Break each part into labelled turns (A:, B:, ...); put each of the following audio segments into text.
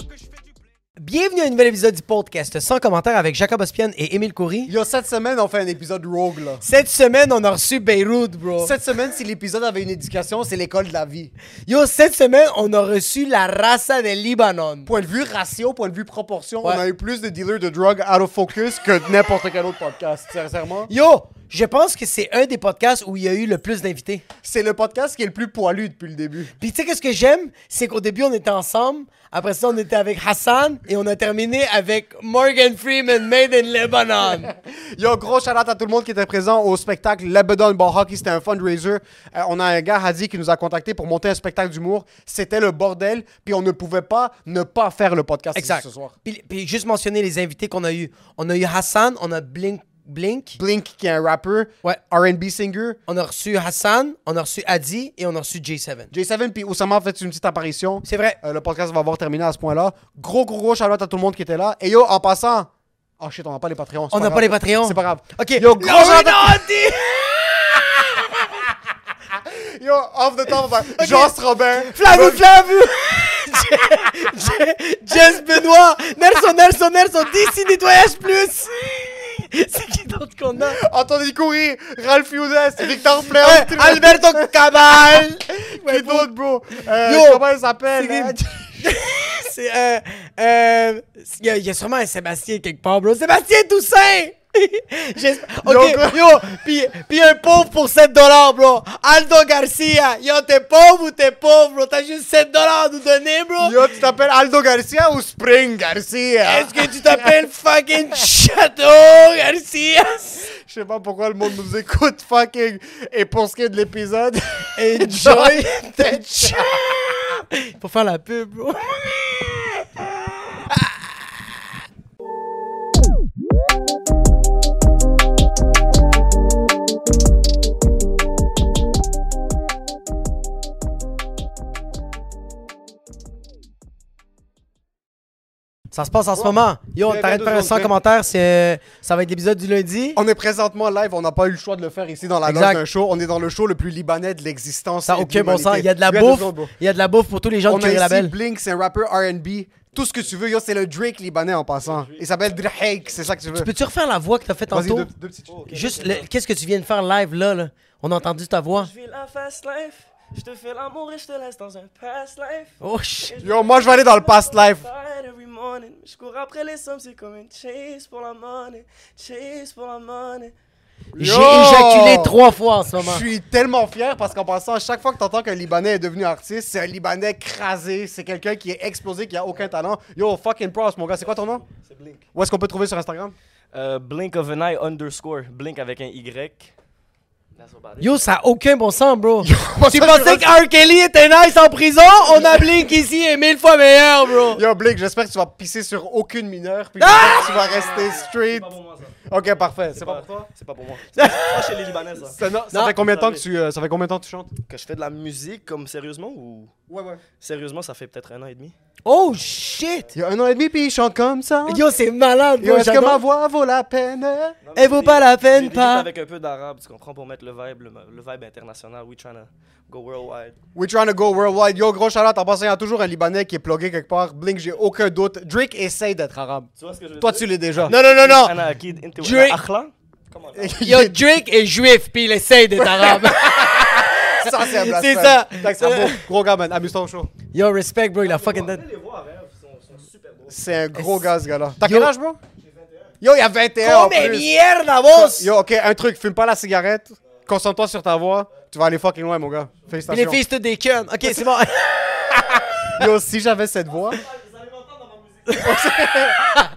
A: que je fais du
B: Bienvenue à un nouvel épisode du podcast sans commentaire avec Jacob Ospian et Émile Coury.
C: Yo, cette semaine, on fait un épisode rogue, là.
B: Cette semaine, on a reçu Beyrouth, bro.
C: Cette semaine, si l'épisode avait une éducation, c'est l'école de la vie.
B: Yo, cette semaine, on a reçu la raça de Libanon.
C: Point de vue ratio, point de vue proportion,
B: Ouais.
C: on a eu plus de dealers de drogue out of focus que n'importe quel autre podcast, sincèrement.
B: Yo, je pense que c'est un des podcasts où il y a eu le plus d'invités.
C: C'est le podcast qui est le plus poilu depuis le début.
B: Puis tu sais qu'est-ce que j'aime, c'est qu'au début on était ensemble, après ça on était avec Hassan et on a terminé avec Morgan Freeman Made in Lebanon.
C: Yo, gros shout à tout le monde qui était présent au spectacle Lebanon Bar Hockey. C'était un fundraiser. Euh, on a un gars, Hadi, qui nous a contacté pour monter un spectacle d'humour. C'était le bordel, puis on ne pouvait pas ne pas faire le podcast ici
B: exact.
C: ce soir.
B: Puis, puis juste mentionner les invités qu'on a eu. On a eu Hassan, on a Blink Blink,
C: Blink, qui est un rappeur,
B: Ouais.
C: RB singer,
B: on a reçu Hassan, on a reçu Adi et on a reçu J7.
C: J7 puis Oussama a fait une petite apparition.
B: C'est vrai.
C: Euh, le podcast va avoir terminé à ce point-là. Gros, gros, gros shout-out à tout le monde qui était là. Et yo, en passant... Oh shit, on n'a pas les Patreons. c'est
B: On n'a
C: grave.
B: pas les Patreons.
C: C'est pas grave.
B: OK.
C: Yo, gros shout-out-
B: Laurenti!
C: Yo, off the top, okay. Joss Robin.
B: Flavou, Flavou! Jess Benoît! Nelson, Nelson, Nelson! DC Nettoyage Plus! C'est qui d'autre qu'on a?
C: Anthony Coury, Ralph Younes, Victor Flair.
B: Ouais, Eh, Alberto Cabal!
C: Qui d'autre, bro? Euh,
B: Yo,
C: comment il s'appelle?
B: c'est
C: hein?
B: C'est. Euh. Euh. Il y, a- il y a sûrement un Sébastien quelque part, bro. Sébastien Toussaint! J'esp- ok,
C: Yo,
B: yo, pis, pis un pauvre pour 7$, bro. Aldo Garcia, yo, t'es pauvre ou t'es pauvre, bro? T'as juste 7$ à nous donner, bro?
C: Yo, tu t'appelles Aldo Garcia ou Spring Garcia?
B: Est-ce que tu t'appelles fucking Château Garcia?
C: Je sais pas pourquoi le monde nous écoute, fucking. Et pour ce qui est de l'épisode...
B: Enjoy the chat! Pour faire la pub, bro. Ça se passe en ce moment. Yo, on
C: Bien,
B: t'arrête de
C: bien,
B: faire un
C: deux
B: sans
C: secondes,
B: commentaire. c'est, euh, ça va être l'épisode du lundi.
C: On est présentement live, on n'a pas eu le choix de le faire ici dans la loge
B: Exact.
C: d'un show. On est dans le show le plus libanais de l'existence.
B: Ça n'a
C: et de
B: aucun bon sens.
C: l'humanité.
B: Il y a de la
C: Lui,
B: bouffe.
C: deux autres, bro.
B: Il y a de la bouffe pour tous les gens
C: On
B: de
C: a
B: Curie
C: ici
B: Label.
C: Blink, c'est un rappeur R&B. Tout ce que tu veux, yo, c'est le Drake libanais en passant. Il s'appelle Drake, c'est ça que tu veux.
B: Peux-tu refaire la voix que t'as faite
C: Vas-y,
B: tantôt?
C: deux- deux petites-
B: Juste, le- qu'est-ce que tu viens de faire live là, là? On a entendu ta voix.
D: Je vis la fast life. Je te fais l'amour et je te laisse dans un past life.
B: Oh, shit.
C: Yo, moi, je vais aller dans le past life.
D: Fight every morning. Je cours après les sommes, c'est comme une chase pour la money. Chase pour la money.
B: J'ai
C: Yo!
B: éjaculé trois fois en ce
C: Je
B: moment.
C: suis tellement fier parce qu'en passant, à chaque fois que t'entends qu'un Libanais est devenu artiste, c'est un Libanais crasé, c'est quelqu'un qui est explosé, qui a aucun talent. Yo, fucking pros, mon gars, c'est quoi ton nom?
D: C'est Blink.
C: Où est-ce qu'on peut te trouver sur Instagram?
E: Euh,
D: blink of an eye underscore. Blink avec un Y. That's about it.
B: Yo, ça a aucun bon sens, bro. tu
C: ça,
B: pensais
C: je-
B: que R. Kelly était nice en prison? On a Blink ici et mille fois meilleur, bro.
C: Yo, Blake, j'espère que tu vas pisser sur aucune mineure, puis j'espère que tu vas rester straight. Ok, parfait. C'est
E: C'est
C: pas
E: pas,
C: pour toi?
E: c'est pas pour moi. Moi, chez les Libanais, ça.
C: Ça, non, ça
E: Non,
D: Ah,
C: fait combien de
E: ça
C: temps que
E: fait.
C: tu, euh, ça fait combien de temps que tu chantes?
E: Que je fais de la musique, comme sérieusement ou.
C: Ouais, ouais.
E: Sérieusement, ça fait peut-être un an et demi.
B: Oh shit!
C: Il y a un an et demi, puis il chante comme ça.
B: Yo, c'est malade,
C: Yo,
B: bro.
C: est-ce que ma
B: j'adore.
C: voix vaut la peine?
E: Non, mais
B: Elle vaut
E: j'ai
B: pas
E: des-
B: la
E: j'ai
B: peine,
E: des
B: pas.
E: beats avec un peu d'arabe, tu comprends, pour mettre le vibe, le, le vibe international. We tryna go worldwide.
C: We trying to go worldwide. Yo, gros charlotte, en passant, il y a toujours un Libanais qui est plugué quelque part. Blink, j'ai aucun doute. Drake essaye d'être arabe.
E: Tu vois ce que je veux
C: Toi,
E: dire?
C: tu l'es déjà.
B: Non, non, non, non.
E: Ana Akid into
B: Drake-
E: Akhla? Comment ça?
B: Yo, Drake est juif, puis il essaye d'être arabe.
C: ça, c'est un blasphème.
B: C'est ça.
C: Fait que c'est un beau- Gros gars, man. Amuse-toi au show.
B: Yo, respect, bro. Il a fucking dead.
E: Allez les voir, hein, ils sont, ils sont super beaux.
C: C'est un gros gars, ce gars-là. T'as
B: Yo.
C: quel âge, bro? Yo, il y a 21 en
B: Come
C: plus.
B: mierda, vos!
C: Yo, ok, un truc. Fume pas la cigarette. Concentre-toi sur ta voix. Tu vas aller fucking loin, mon gars.
B: Puis les
C: Félicitations.
B: filles, c'est toutes des cunnes. Ok, c'est bon.
C: Yo, si j'avais cette voix...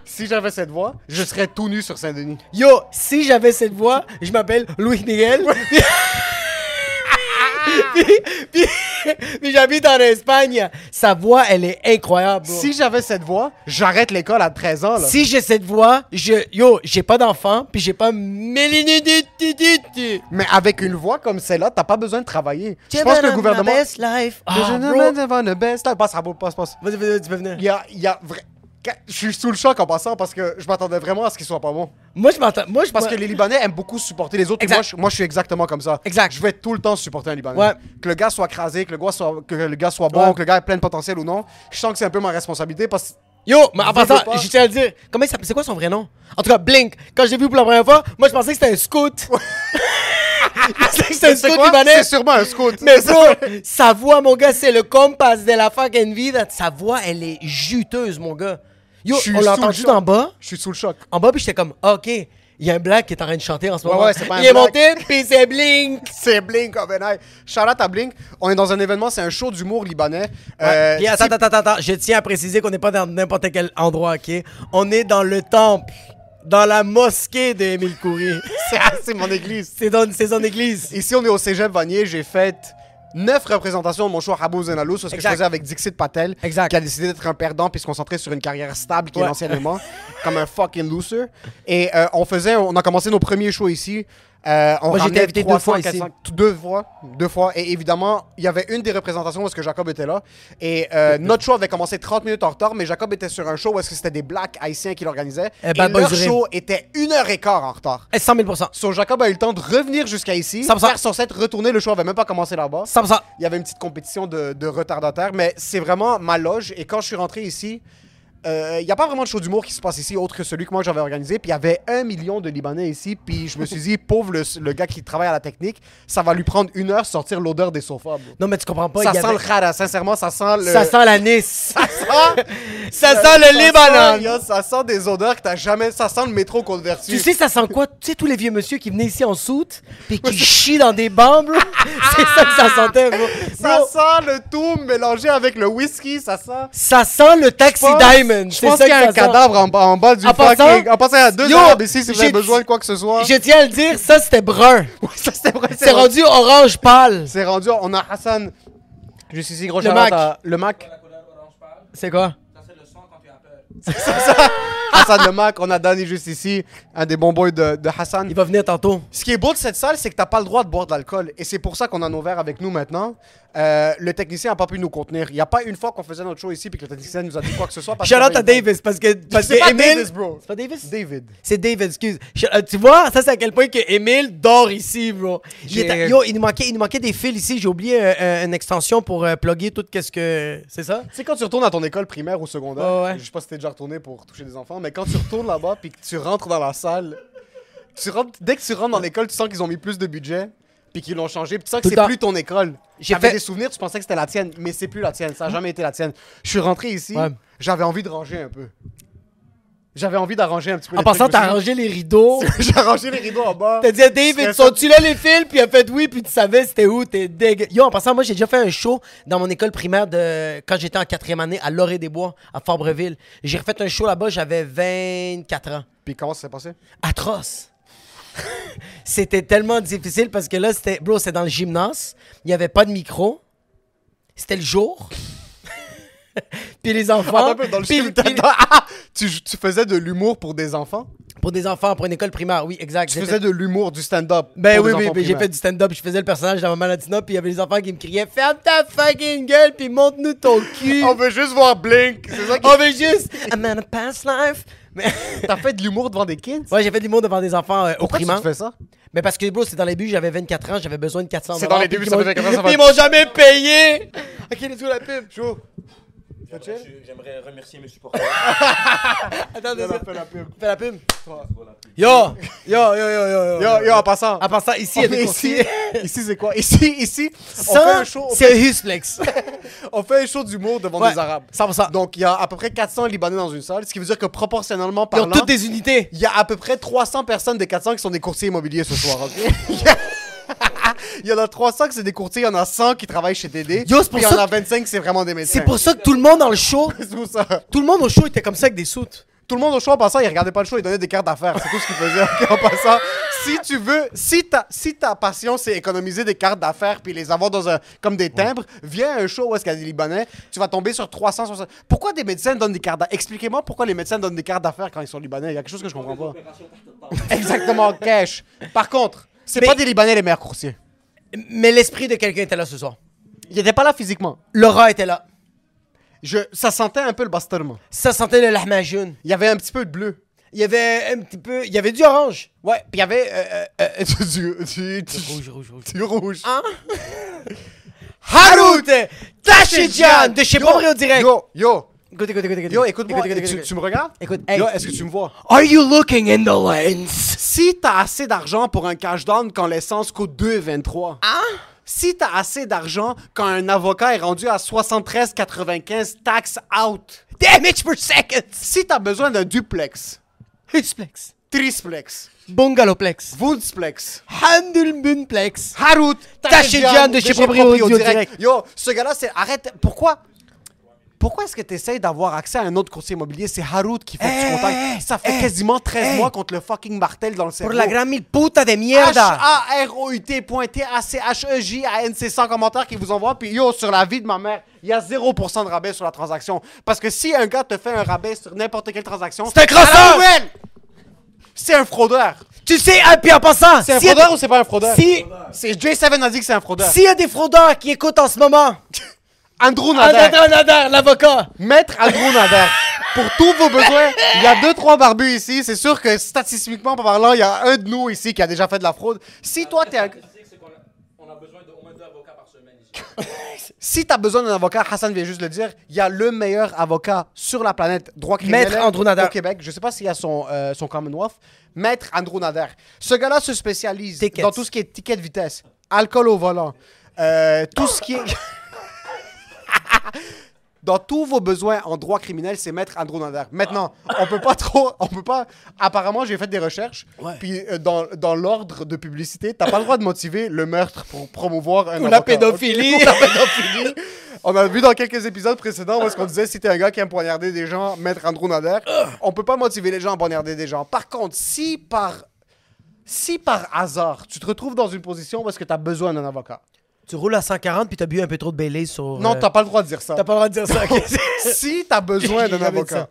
C: si j'avais cette voix, je serais tout nu sur Saint-Denis.
B: Yo, si j'avais cette voix, je m'appelle Louis Miguel. puis, puis- puis j'habite en Espagne. Sa voix, elle est incroyable. bro.
C: Si j'avais cette voix, j'arrête l'école à 13 ans, là.
B: Si j'ai cette voix, je yo, j'ai pas d'enfant, puis j'ai pas méliniditititi.
C: Mais avec une voix comme celle-là, t'as pas besoin de travailler. Je
B: J'ai
C: pense que
B: pas
C: le gouvernement...
B: ma best life. Ah,
C: Le
B: bro.
C: gentleman devant le best life. Passe, Rabo, passe, passe.
B: Vas-y, vas-y, tu peux venir.
C: Il y a... il y a vra- Je suis sous le choc en passant parce que je m'attendais vraiment à ce qu'il soit pas bon.
B: Moi, je m'entends. Moi, je
C: Parce
B: moi-
C: que les Libanais aiment beaucoup supporter les autres. et
B: Exact.
C: Moi je, moi, je suis exactement comme ça.
B: Exact.
C: Je vais tout le temps supporter un Libanais.
B: Ouais.
C: Que le gars soit crasé, que le gars soit, que le gars soit bon,
B: Ouais.
C: que le gars ait plein de potentiel ou non. Je sens que c'est un peu ma responsabilité parce que.
B: Yo, mais en
C: Veux,
B: passant,
C: veux pas.
B: je tiens à le dire. Comment il s'appelle C'est quoi son vrai nom En tout cas, Blink. Quand j'ai vu pour la première fois, moi, je pensais que c'était un scout. je pensais que c'était un
C: C'est
B: scout
C: quoi?
B: libanais.
C: C'est sûrement un scout.
B: Mais bro, sa voix, mon gars, c'est le compass de la fucking vie. Sa voix, elle est juteuse, mon gars. Yo,
C: Je suis
B: on l'a
C: sous le
B: entendu
C: choc.
B: en bas.
C: Je suis sous le choc.
B: En bas, puis j'étais comme, ah, ok, il y a un black qui est en train de chanter en ce
C: Ouais,
B: moment.
C: ouais, c'est pas un
B: il est
C: black.
B: monté, puis c'est Blink.
C: C'est Blink, Covenant. Shout out à Blink. On est dans un événement, c'est un show d'humour libanais. Euh,
B: Puis attends, attends, attends, attends, je tiens à préciser qu'on n'est pas dans n'importe quel endroit, ok? On est dans le temple, dans la mosquée de Émile Coury.
C: c'est- ah, c'est mon église.
B: c'est dans c'est son église.
C: Ici, on est au Cégep Vanier. J'ai fait neuf représentations de mon show Rabo Zenalou sur ce que je
B: Exact.
C: faisais avec Dixit Patel,
B: Exact.
C: qui a décidé d'être un perdant puis se concentrer sur une carrière stable qui est
B: Ouais.
C: l'enseignement, comme un fucking loser. Et euh, on faisait, on a commencé nos premiers shows ici. Euh, on
B: Moi, j'ai été
C: ramenait
B: invité
C: 300,
B: deux fois ici.
C: 400, deux fois, deux fois. Et évidemment, il y avait une des représentations où est-ce que Jacob était là. Et euh, notre show avait commencé 30 minutes en retard, mais Jacob était sur un show où est-ce que c'était des blacks haïtiens qui l'organisaient.
B: Eh ben,
C: et
B: bonne
C: leur
B: durée.
C: show était une heure et quart en retard.
B: Eh, 100 000 100
C: So, Jacob a eu le temps de revenir jusqu'à ici,
B: 100%.
C: faire son set, retourner. Le show avait même pas commencé là-bas.
B: 000
C: Il y avait une petite compétition de, de retardataires, mais c'est vraiment ma loge. Et quand je suis rentré ici, euh, il n'y a pas vraiment de show d'humour qui se passe ici, autre que celui que moi j'avais organisé. Puis il y avait un million de Libanais ici. Puis je me suis dit, pauvre le, le gars qui travaille à la technique, ça va lui prendre une heure sortir l'odeur des sofas. bro.
B: Non, mais tu comprends pas.
C: ça
B: il y
C: sent
B: avait-
C: le khara, sincèrement, ça sent le.
B: Ça sent la Nice.
C: Ça sent,
B: ça sent le Libanon.
C: sent, yo, ça sent des odeurs que t'as jamais. Ça sent le métro qu'on vertu.
B: Tu sais, ça sent quoi? Tu sais, tous les vieux monsieur qui venaient ici en soute, puis qui chient dans des bancs, bro. C'est ça que ça sentait, bro.
C: Ça
B: Bro,
C: sent le tout mélangé avec le whisky, ça sent.
B: ça sent le taxi Diamond.
C: Je
B: C'est
C: pense
B: ça
C: qu'il
B: que
C: y a un
B: ça sent.
C: cadavre en, bas- en bas du
B: En
C: fucking-
B: passant-
C: En passant, il y a deux
B: Yo,
C: arabes ici si vous avez
B: j'ai-
C: besoin de quoi que ce soit.
B: Je tiens à le dire, ça c'était brun.
C: Ça, c'est vrai,
B: C'est rendu orange pâle.
C: C'est rendu. On a Hassan. Juste ici, gros
B: Le
C: shout-out
B: Mac.
C: à- Le Mac.
B: C'est quoi?
C: Hassan le Mac. On a Danny juste ici, un des bons boys de, de Hassan.
B: Il va venir tantôt.
C: Ce qui est beau de cette salle, c'est que t'as pas le droit de boire de l'alcool. Et c'est pour ça qu'on a nos verres avec nous maintenant. Euh, le technicien a pas pu nous contenir. Il y a pas une fois qu'on faisait notre show ici puis que le technicien nous a dit quoi que ce soit. parce qu'il
B: Shout-out
C: avait
B: à
C: une bonne-
B: Davis, parce que, parce
C: C'est
B: que
C: pas
B: Emile...
C: Davis, bro.
B: C'est pas Davis?
C: David.
B: C'est David, excuse. Je- euh, tu vois, ça c'est à quel point que Emile dort ici, bro. Il
C: J'ai-
B: était- yo, il nous, manquait, il nous manquait des fils ici. J'ai oublié euh, euh, une extension pour euh, plugger tout qu'est-ce que... C'est ça?
C: Tu sais, quand tu retournes à ton école primaire ou secondaire,
B: Ouais, ouais.
C: je sais pas si t'es déjà retourné pour toucher des enfants, mais quand tu retournes là-bas puis que tu rentres dans la salle, tu rentres, dès que tu rentres dans l'école, tu sens qu'ils ont mis plus de budget puis qu'ils l'ont changé, puis tu sens que
B: Tout le
C: c'est
B: temps.
C: plus ton école.
B: J'ai
C: J'avais
B: fait-
C: des souvenirs, tu pensais que c'était la tienne, mais c'est plus la tienne, ça a jamais été la tienne. Je suis rentré ici,
B: Ouais.
C: j'avais envie de ranger un peu. J'avais envie d'arranger un petit peu
B: En
C: les
B: passant,
C: trucs,
B: t'as
C: je me suis
B: rangé les rideaux.
C: dit- J'ai arrangé les rideaux en bas.
B: T'as dit à David, sont-tu là les fils? Puis il a fait oui, puis tu savais c'était où, t'es dégueu. Yo, en passant, moi j'ai déjà fait un show dans mon école primaire de quand j'étais en quatrième année à Lorée des Bois, à Fabreville. J'ai refait un show là-bas, j'avais 24 ans.
C: Puis comment ça s'est
B: Hein?
C: passé?
B: Atroce. c'était tellement difficile parce que là, c'était. Bro, c'était dans le gymnase. Il n'y avait pas de micro. C'était le jour. puis les enfants.
C: Attends un peu, dans le
B: puis-
C: film,
B: puis-
C: t'as- Ah! tu, tu faisais de l'humour pour des enfants?
B: Pour des enfants, pour une école primaire, oui, exact.
C: Tu
B: J'ai
C: faisais
B: fait-
C: de l'humour, du stand-up.
B: Ben
C: pour
B: oui,
C: des
B: oui,
C: enfants
B: mais j'ai
C: primaires.
B: fait du stand-up, je faisais le personnage dans Maman Latina, puis il y avait les enfants qui me criaient Ferme ta fucking gueule, puis monte-nous ton cul.
C: On veut juste voir Blink. C'est ça qui.
B: On veut juste. I'm in a past life. Mais...
C: T'as fait de l'humour devant des kids?
B: ouais, j'ai fait de l'humour devant des enfants euh, au
C: Pourquoi
B: primaire.
C: tu fais ça?
B: Mais parce que, bro, c'est dans les buts, j'avais 24 ans, j'avais besoin de 400
C: C'est dans les
B: puis
C: débuts,
B: ils
C: ça
B: m'ont-
C: faisait comment, ça va-
B: Ils m'ont jamais payé! Ok, les tout la pub.
C: Chaud.
F: J'aimerais remercier mes supporters.
B: Attends, deux secondes.
C: Fais la pub.
B: Fais la pub. Yo! Yo, yo, yo, yo,
C: Yo, yo, en passant.
B: En passant, ici, il
C: on
B: y a des
C: est ici,
B: coursiers.
C: ici c'est quoi? Ici, ici, on fait
B: Ça,
C: un show, on
B: c'est un Husplex.
C: fait- on fait un show d'humour devant
B: Ouais,
C: des Arabes.
B: 100%.
C: Donc, il y a à peu près 400 Libanais dans une salle, ce qui veut dire que proportionnellement
B: Ils ont
C: parlant,
B: toutes des unités.
C: il y a à peu près 300 personnes des 400 qui sont des courtiers immobiliers ce soir. ok? Il y en a 300 qui c'est des courtiers, il y en a 100 qui travaillent chez TD,
B: Yo, c'est pour
C: puis il y
B: ça
C: en a
B: que-
C: 25 c'est vraiment des médecins.
B: C'est pour ça que tout le monde dans le show,
C: C'est pour ça.
B: tout le monde au show était comme ça avec des soutes.
C: Tout le monde au show en passant, il regardait pas le show, il donnait des cartes d'affaires. C'est tout ce qu'il faisait ok, en passant. Si tu veux, si ta, si ta passion c'est économiser des cartes d'affaires puis les avoir dans un, comme des timbres, viens à un show où est-ce qu'il y a des Libanais, tu vas tomber sur 360. Pourquoi des médecins donnent des cartes d'affaires Expliquez-moi pourquoi les médecins donnent des cartes d'affaires quand ils sont Libanais. Il y a quelque chose que je comprends pas. Exactement, cash. Par contre, c'est
B: Mais-
C: pas des Libanais les meilleurs coursiers.
B: Mais l'esprit de quelqu'un était là ce soir.
C: Ils étaient pas là physiquement.
B: Laura était là.
C: Je, ça sentait un peu le bastonnement.
B: Ça sentait le lahmajoun.
C: Il y avait un petit peu de bleu.
B: Il y avait un petit peu. Il y avait du orange.
C: Ouais, puis il y avait euh, euh, euh, du, du- du-
B: Rouge, rouge, rouge.
C: du rouge.
B: Harout! Tashijan! De chez Pombré au direct!
C: Yo, yo,
B: Écoute, écoute, écoute, écoute.
C: yo, écoute-moi.
B: Écoute, écoute,
C: tu,
B: écoute,
C: tu me regardes?
B: Écoute, hey.
C: Yo, est-ce que tu me vois?
B: Are you looking in the lens?
C: Si t'as assez d'argent pour un cash down quand l'essence coûte 2,23. Ah?
B: Hein?
C: Si t'as assez d'argent quand un avocat est rendu à 73,95 tax out.
B: Damage per second!
C: Si t'as besoin d'un duplex,
B: Husplex.
C: trisplex,
B: Bungalowplex.
C: woodsplex,
B: Handelbunplex.
C: Harout,
B: Tashijan de chez Proprio Audio Direct.
C: Yo, ce gars-là, c'est. Arrête. Pourquoi? Pourquoi est-ce que tu essayes d'avoir accès à un autre courtier immobilier? C'est Harout qui fait
B: Eh,
C: que tu contactes. Ça fait quasiment 13 mois qu'on te le fucking martèle dans le cerveau.
B: Pour la gran mille puta de mierda!
C: E H-A-R-O-U-T.T-A-C-H-E-J-A-N-C 100 commentaires qu'ils vous envoient. Puis yo, sur la vie de ma mère, il y a 0% de rabais sur la transaction. Parce que si un gars te fait un rabais sur n'importe quelle transaction,
B: C'est un crosseur!
C: à la nouvelle, C'est un fraudeur.
B: Tu sais, ah, puis en passant!
C: C'est un
B: s'il y a
C: fraudeur
B: des-
C: ou c'est pas un fraudeur?
B: Si,
C: C'est J7 a dit que c'est un fraudeur.
B: s'il y a des fraudeurs qui écoutent en ce moment,
C: Andrew Nader.
B: Nader, Nader, l'avocat!
C: Maître Andrew Nader. Pour tous vos besoins, il y a deux, trois barbus ici. C'est sûr que statistiquement parlant, il y a un de nous ici qui a déjà fait de la fraude. Si toi, t'es un-
F: On a besoin d'au moins deux avocats par semaine.
C: si t'as besoin d'un avocat, Hassan vient juste le dire, il y a le meilleur avocat sur la planète, droit criminel
B: Maître Andrew Nader.
C: au Québec. Je sais pas s'il y a son, euh, son Commonwealth. Maître Andrew Nader. Ce gars-là se spécialise
B: Tickets.
C: dans tout ce qui est ticket de vitesse, alcool au volant, euh, tout ce qui est... dans tous vos besoins en droit criminel, c'est mettre Andrew Nader. Maintenant, on peut pas trop, on peut pas. Apparemment, j'ai fait des recherches. Puis euh, dans, dans l'ordre de publicité, t'as pas le droit de motiver le meurtre pour promouvoir un
B: Ou la
C: avocat, ok?
B: pédophilie.
C: Ou la pédophilie. On a vu dans quelques épisodes précédents où est-ce qu'on disait si t'es un gars qui aime poignarder des gens, mettre Andrew Nader.
B: Ah.
C: On peut pas motiver les gens à poignarder des gens. Par contre, si par si par hasard tu te retrouves dans une position où est-ce que t'as besoin d'un avocat,
B: Tu roules à 140 puis t'as bu un peu trop de Bailey sur.
C: non,
B: euh,
C: t'as pas le droit de dire ça.
B: t'as pas le droit de dire ça, ok?
C: si t'as besoin
B: J'ai
C: d'un
B: jamais dit
C: avocat.
B: ça.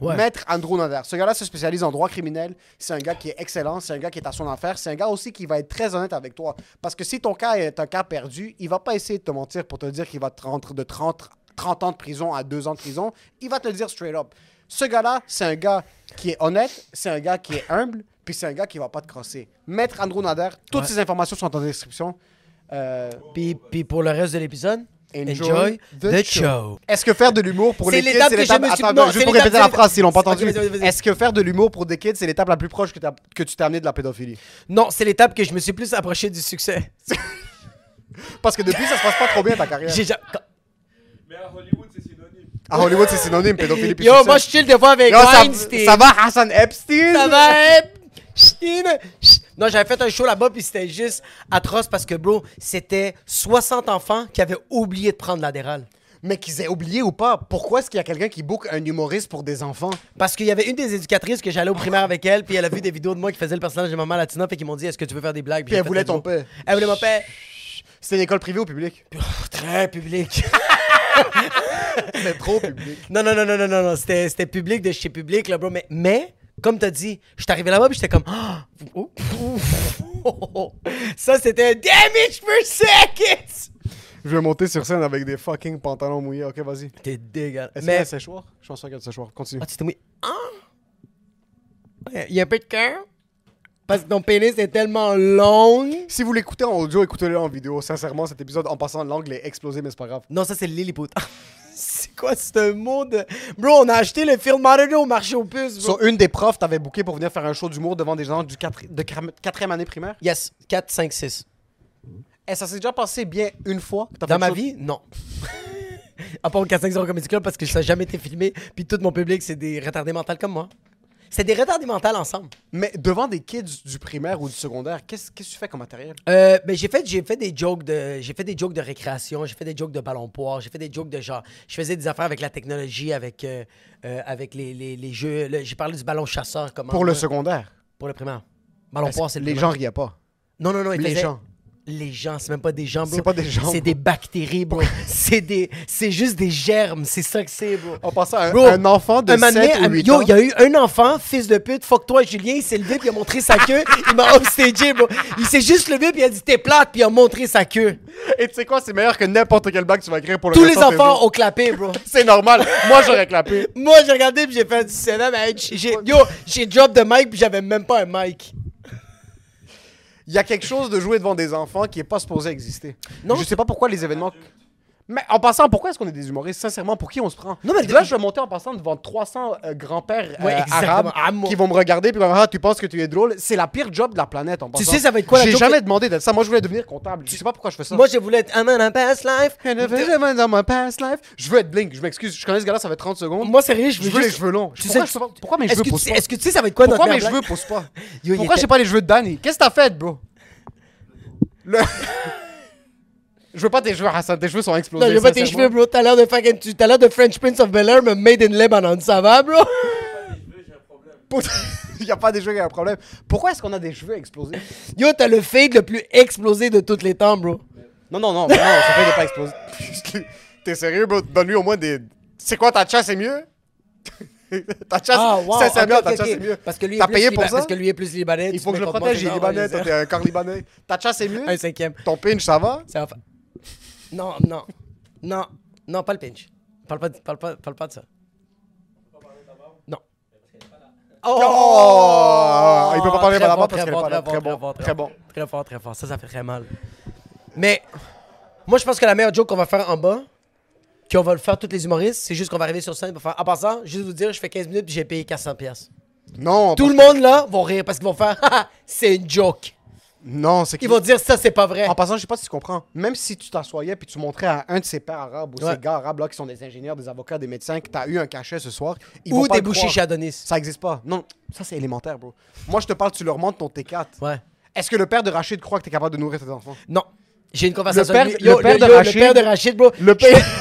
B: Ouais.
C: Maître Andrew Nader. Ce gars-là se spécialise en droit criminel. C'est un gars qui est excellent. C'est un gars qui est à son affaire. C'est un gars aussi qui va être très honnête avec toi. Parce que si ton cas est un cas perdu, il va pas essayer de te mentir pour te dire qu'il va te rendre de 30, 30 ans de prison à 2 ans de prison. Il va te le dire straight up. Ce gars-là, c'est un gars qui est honnête. C'est un gars qui est humble. Puis c'est un gars qui va pas te crosser. Maître Andrew Nader, toutes ces informations sont en description. Euh,
B: Puis, puis pour le reste de l'épisode, enjoy, the, show.
C: Est-ce que faire de l'humour pour
B: C'est
C: les kids,
B: l'étape
C: c'est
B: que
C: l'étape...
B: je me suis-
C: Attends,
B: non,
C: juste
B: c'est
C: pour
B: l'étape-
C: répéter la
B: c'est-
C: phrase s'ils l'ont pas
B: Ok,
C: entendu.
B: vas-y, vas-y, vas-y.
C: Est-ce que faire de l'humour pour des kids, c'est l'étape la plus proche que, t'as- que tu t'es amené de la pédophilie?
B: Non, c'est l'étape que je me suis plus approché du succès.
C: Parce que depuis, ça se passe pas trop bien ta carrière.
B: J'ai ja-
F: Mais à Hollywood, c'est synonyme.
C: À Hollywood, c'est synonyme, pédophilie puis
B: Yo,
C: succès.
B: moi je chill des fois avec
C: Yo, ça,
B: Weinstein.
C: ça va, Hassan Epstein?
B: Ça va, hein? Ch'tine, ch't- Non, j'avais fait un show là-bas, puis c'était juste atroce parce que, bro, c'était 60 enfants qui avaient oublié de prendre l'adéral.
C: Mais qu'ils aient oublié ou pas, pourquoi est-ce qu'il y a quelqu'un qui book un humoriste pour des enfants?
B: Parce qu'il y avait une des éducatrices que j'allais au primaire avec elle, puis elle a vu des vidéos de moi qui faisait le personnage de Maman Latina, fait qu'ils m'ont dit Est-ce que tu veux faire des blagues
C: Puis
B: j'ai
C: elle
B: fait,
C: voulait
B: Let's
C: ton
B: go.
C: père.
B: Elle voulait mon père.
C: C'était une école privée ou publique?
B: Très public.
C: C'était trop public.
B: non, non, non, non, non, non, non. C'était, c'était public de chez public, là, bro. Mais, mais Comme t'as dit, je suis arrivé là-bas, puis j'étais comme. Ah! Oh! Ça, c'était un damage per second!
C: Je vais monter sur scène avec des fucking pantalons mouillés. Ok, vas-y.
B: T'es dégueulasse.
C: Est-ce qu'il y a
B: Mais.
C: un séchoir Je pense qu'il y a un séchoir. Continue.
B: Ah, tu t'es mouillé. Ah! Il y a un peu de cœur. Parce que ton pénis est tellement long.
C: Si vous l'écoutez en audio, écoutez-le en vidéo. Sincèrement, cet épisode, en passant, l'angle est explosé, mais c'est pas grave.
B: Non, ça, c'est le Lilliput. c'est quoi ce mot de. Bro, on a acheté le film Monitor au marché aux puces, bro.
C: Sur une des profs, t'avais booké pour venir faire un show d'humour devant des gens du 4... de 4e année primaire.
B: Yes, 4, 5, 6.
C: Et ça s'est déjà passé bien une fois. que t'as fait
B: Dans ma
C: quelque chose-
B: vie, non. à part au 450 Comedy Club parce que ça n'a jamais été filmé. Puis tout mon public, c'est des retardés mentales comme moi. C'est des retardés mentales ensemble.
C: Mais devant des kids du primaire ou du secondaire, qu'est-ce qu'est-ce que tu fais comme matériel
B: Euh, ben, j'ai fait j'ai fait des jokes de j'ai fait des jokes de récréation, j'ai fait des jokes de ballon poire, j'ai fait des jokes de genre je faisais des affaires avec la technologie avec euh, euh, avec les, les, les jeux, le- j'ai parlé du ballon chasseur comment
C: Pour le
B: second
C: secondaire.
B: pour le primaire. Ballon
C: Est-ce
B: poire
C: que
B: c'est le
C: les
B: primaire.
C: gens riaient pas.
B: Non, non, non. ils
C: Les
B: faisaient-
C: gens.
B: Les gens, c'est même pas des gens, bro.
C: C'est pas des gens,
B: C'est
C: bro.
B: des bactéries, bro. c'est des... C'est juste des germes. C'est ça que c'est, bro.
C: En passant, un,
B: Bro,
C: un enfant de
B: un moment
C: 7
B: donné,
C: ou
B: un-
C: 8
B: yo,
C: ans.
B: il y a eu un enfant, fils de pute, fuck toi, Julien, il s'est levé puis il a montré sa queue. il m'a upstagé, bro. Il s'est juste levé puis il a dit t'es plate puis il a montré sa queue.
C: Et tu sais quoi, c'est meilleur que n'importe quel bac que tu vas écrire pour le
B: Tous
C: restant
B: les
C: de tes
B: enfants
C: jours.
B: ont clappé, bro.
C: C'est normal. Moi, j'aurais clapé.
B: Moi, j'ai regardé puis j'ai fait du stand-up, hey, j'ai- Yo, j'ai drop de mic puis j'avais même pas un mic.
C: Il y a quelque chose de jouer devant des enfants qui est pas supposé exister.
B: Non,
C: je sais pas pourquoi les événements. Mais en passant, pourquoi est-ce qu'on est des humoristes Sincèrement, pour qui on se prend
B: Non, mais-
C: Puis Là, je vais monter en passant devant 300 euh, grands-pères euh,
B: Ouais, exactement.
C: arabes
B: Ah, moi-
C: qui vont me regarder puis vont me dire, ah, tu penses que tu es drôle. C'est la pire job de la planète en passant.
B: sais, ça va être quoi, la
C: J'ai
B: job
C: jamais
B: que-
C: demandé d'être ça. Moi, je voulais devenir comptable. Je sais pas pourquoi je fais ça.
B: Moi, je voulais être I'm in a past life.
C: dans my past life. Je veux être Blink. Je m'excuse. Je connais ce gars-là, ça fait 30 secondes.
B: Moi, sérieux, je veux
C: Je veux les
B: juste-
C: cheveux longs.
B: Tu
C: Pourquoi
B: sais-
C: je sais pas- pourquoi mes
B: Est-ce
C: cheveux
B: que
C: poussent
B: tu-
C: pas?
B: Est-ce que tu sais ça va être quoi
C: Pourquoi
B: notre
C: mes
B: mère
C: cheveux
B: blanche?
C: poussent pas
B: Yo, il
C: Pourquoi
B: était-
C: j'ai pas les cheveux de Danny Qu'est-ce que t'as fait, bro Le- Je veux pas tes cheveux, Hassan. Tes cheveux sont explosés.
B: Non, j'ai pas tes cheveux,
C: sincèrement.
B: bro. T'as l'air de fucking. tu- T'as l'air de French Prince of Bel Air, mais made in Lebanon. Ça va, bro?
C: Il y a pas des cheveux qui a un problème. Pourquoi est-ce qu'on a des cheveux explosés
B: Yo, t'as le fade le plus explosé de tous les temps, bro.
C: Non, non, non, mais non, ça fait pas explosé. T'es sérieux, bro Donne-lui au moins des. C'est quoi ta chasse, c'est mieux Ta chasse, sincèrement,
B: Ah, ok,
C: ta
B: ok,
C: chasse,
B: ok.
C: c'est mieux.
B: Parce que lui,
C: T'as
B: est plus
C: payé pour
B: liba-
C: ça
B: Parce que lui est plus libanais.
C: Il
B: tu
C: faut que je
B: mets
C: le
B: contre
C: protège,
B: moi,
C: il est
B: c'est genre,
C: libanais,
B: ouais,
C: toi,
B: c'est
C: t'es
B: ça.
C: un corps libanais. Ta chasse, c'est mieux
B: Un cinquième.
C: Ton pinch, ça va
B: Ça va fa- Non, non. Non, non, pas le pinch. Parle pas de, parle pas, parle pas de ça. Non.
C: Oh, Il peut pas parler
B: Très
C: par là
B: fort,
C: parce
B: très
C: qu'elle est
B: fort,
C: pas là. Très bon,
B: fort,
C: très bon.
B: fort. Très fort, très fort. Ça, ça fait très mal. Mais moi, je pense que la meilleure joke qu'on va faire en bas, qu'on va le faire tous les humoristes, c'est juste qu'on va arriver sur scène pour faire. En passant, juste vous dire, je fais 15 minutes puis j'ai payé 400 pièces.
C: Non,
B: Tout le monde là vont rire parce qu'ils vont faire, Haha, c'est une joke.
C: non, c'est
B: Ils
C: qu'il
B: vont dire ça, c'est pas vrai.
C: En passant, je sais pas si tu comprends. Même si tu t'assoyais puis tu montrais à un de ces pères arabes ou
B: Ouais.
C: ces gars arabes là qui sont des ingénieurs, des avocats, des médecins, que t'as eu un cachet ce soir, ils vont
B: Ou
C: pas le
B: déboucher
C: croire.
B: chez Adonis.
C: Ça existe pas. Non, ça c'est élémentaire, bro. Moi, je te parle, tu leur montres ton T4.
B: Ouais.
C: Est-ce que le père de Rachid croit que t'es capable de nourrir tes enfants
B: Non. J'ai une conversation
C: père-
B: avec Ah, lui. Yo,
C: le père de
B: yo,
C: Rachid-
B: Le père de Rachid, bro.
C: Le père,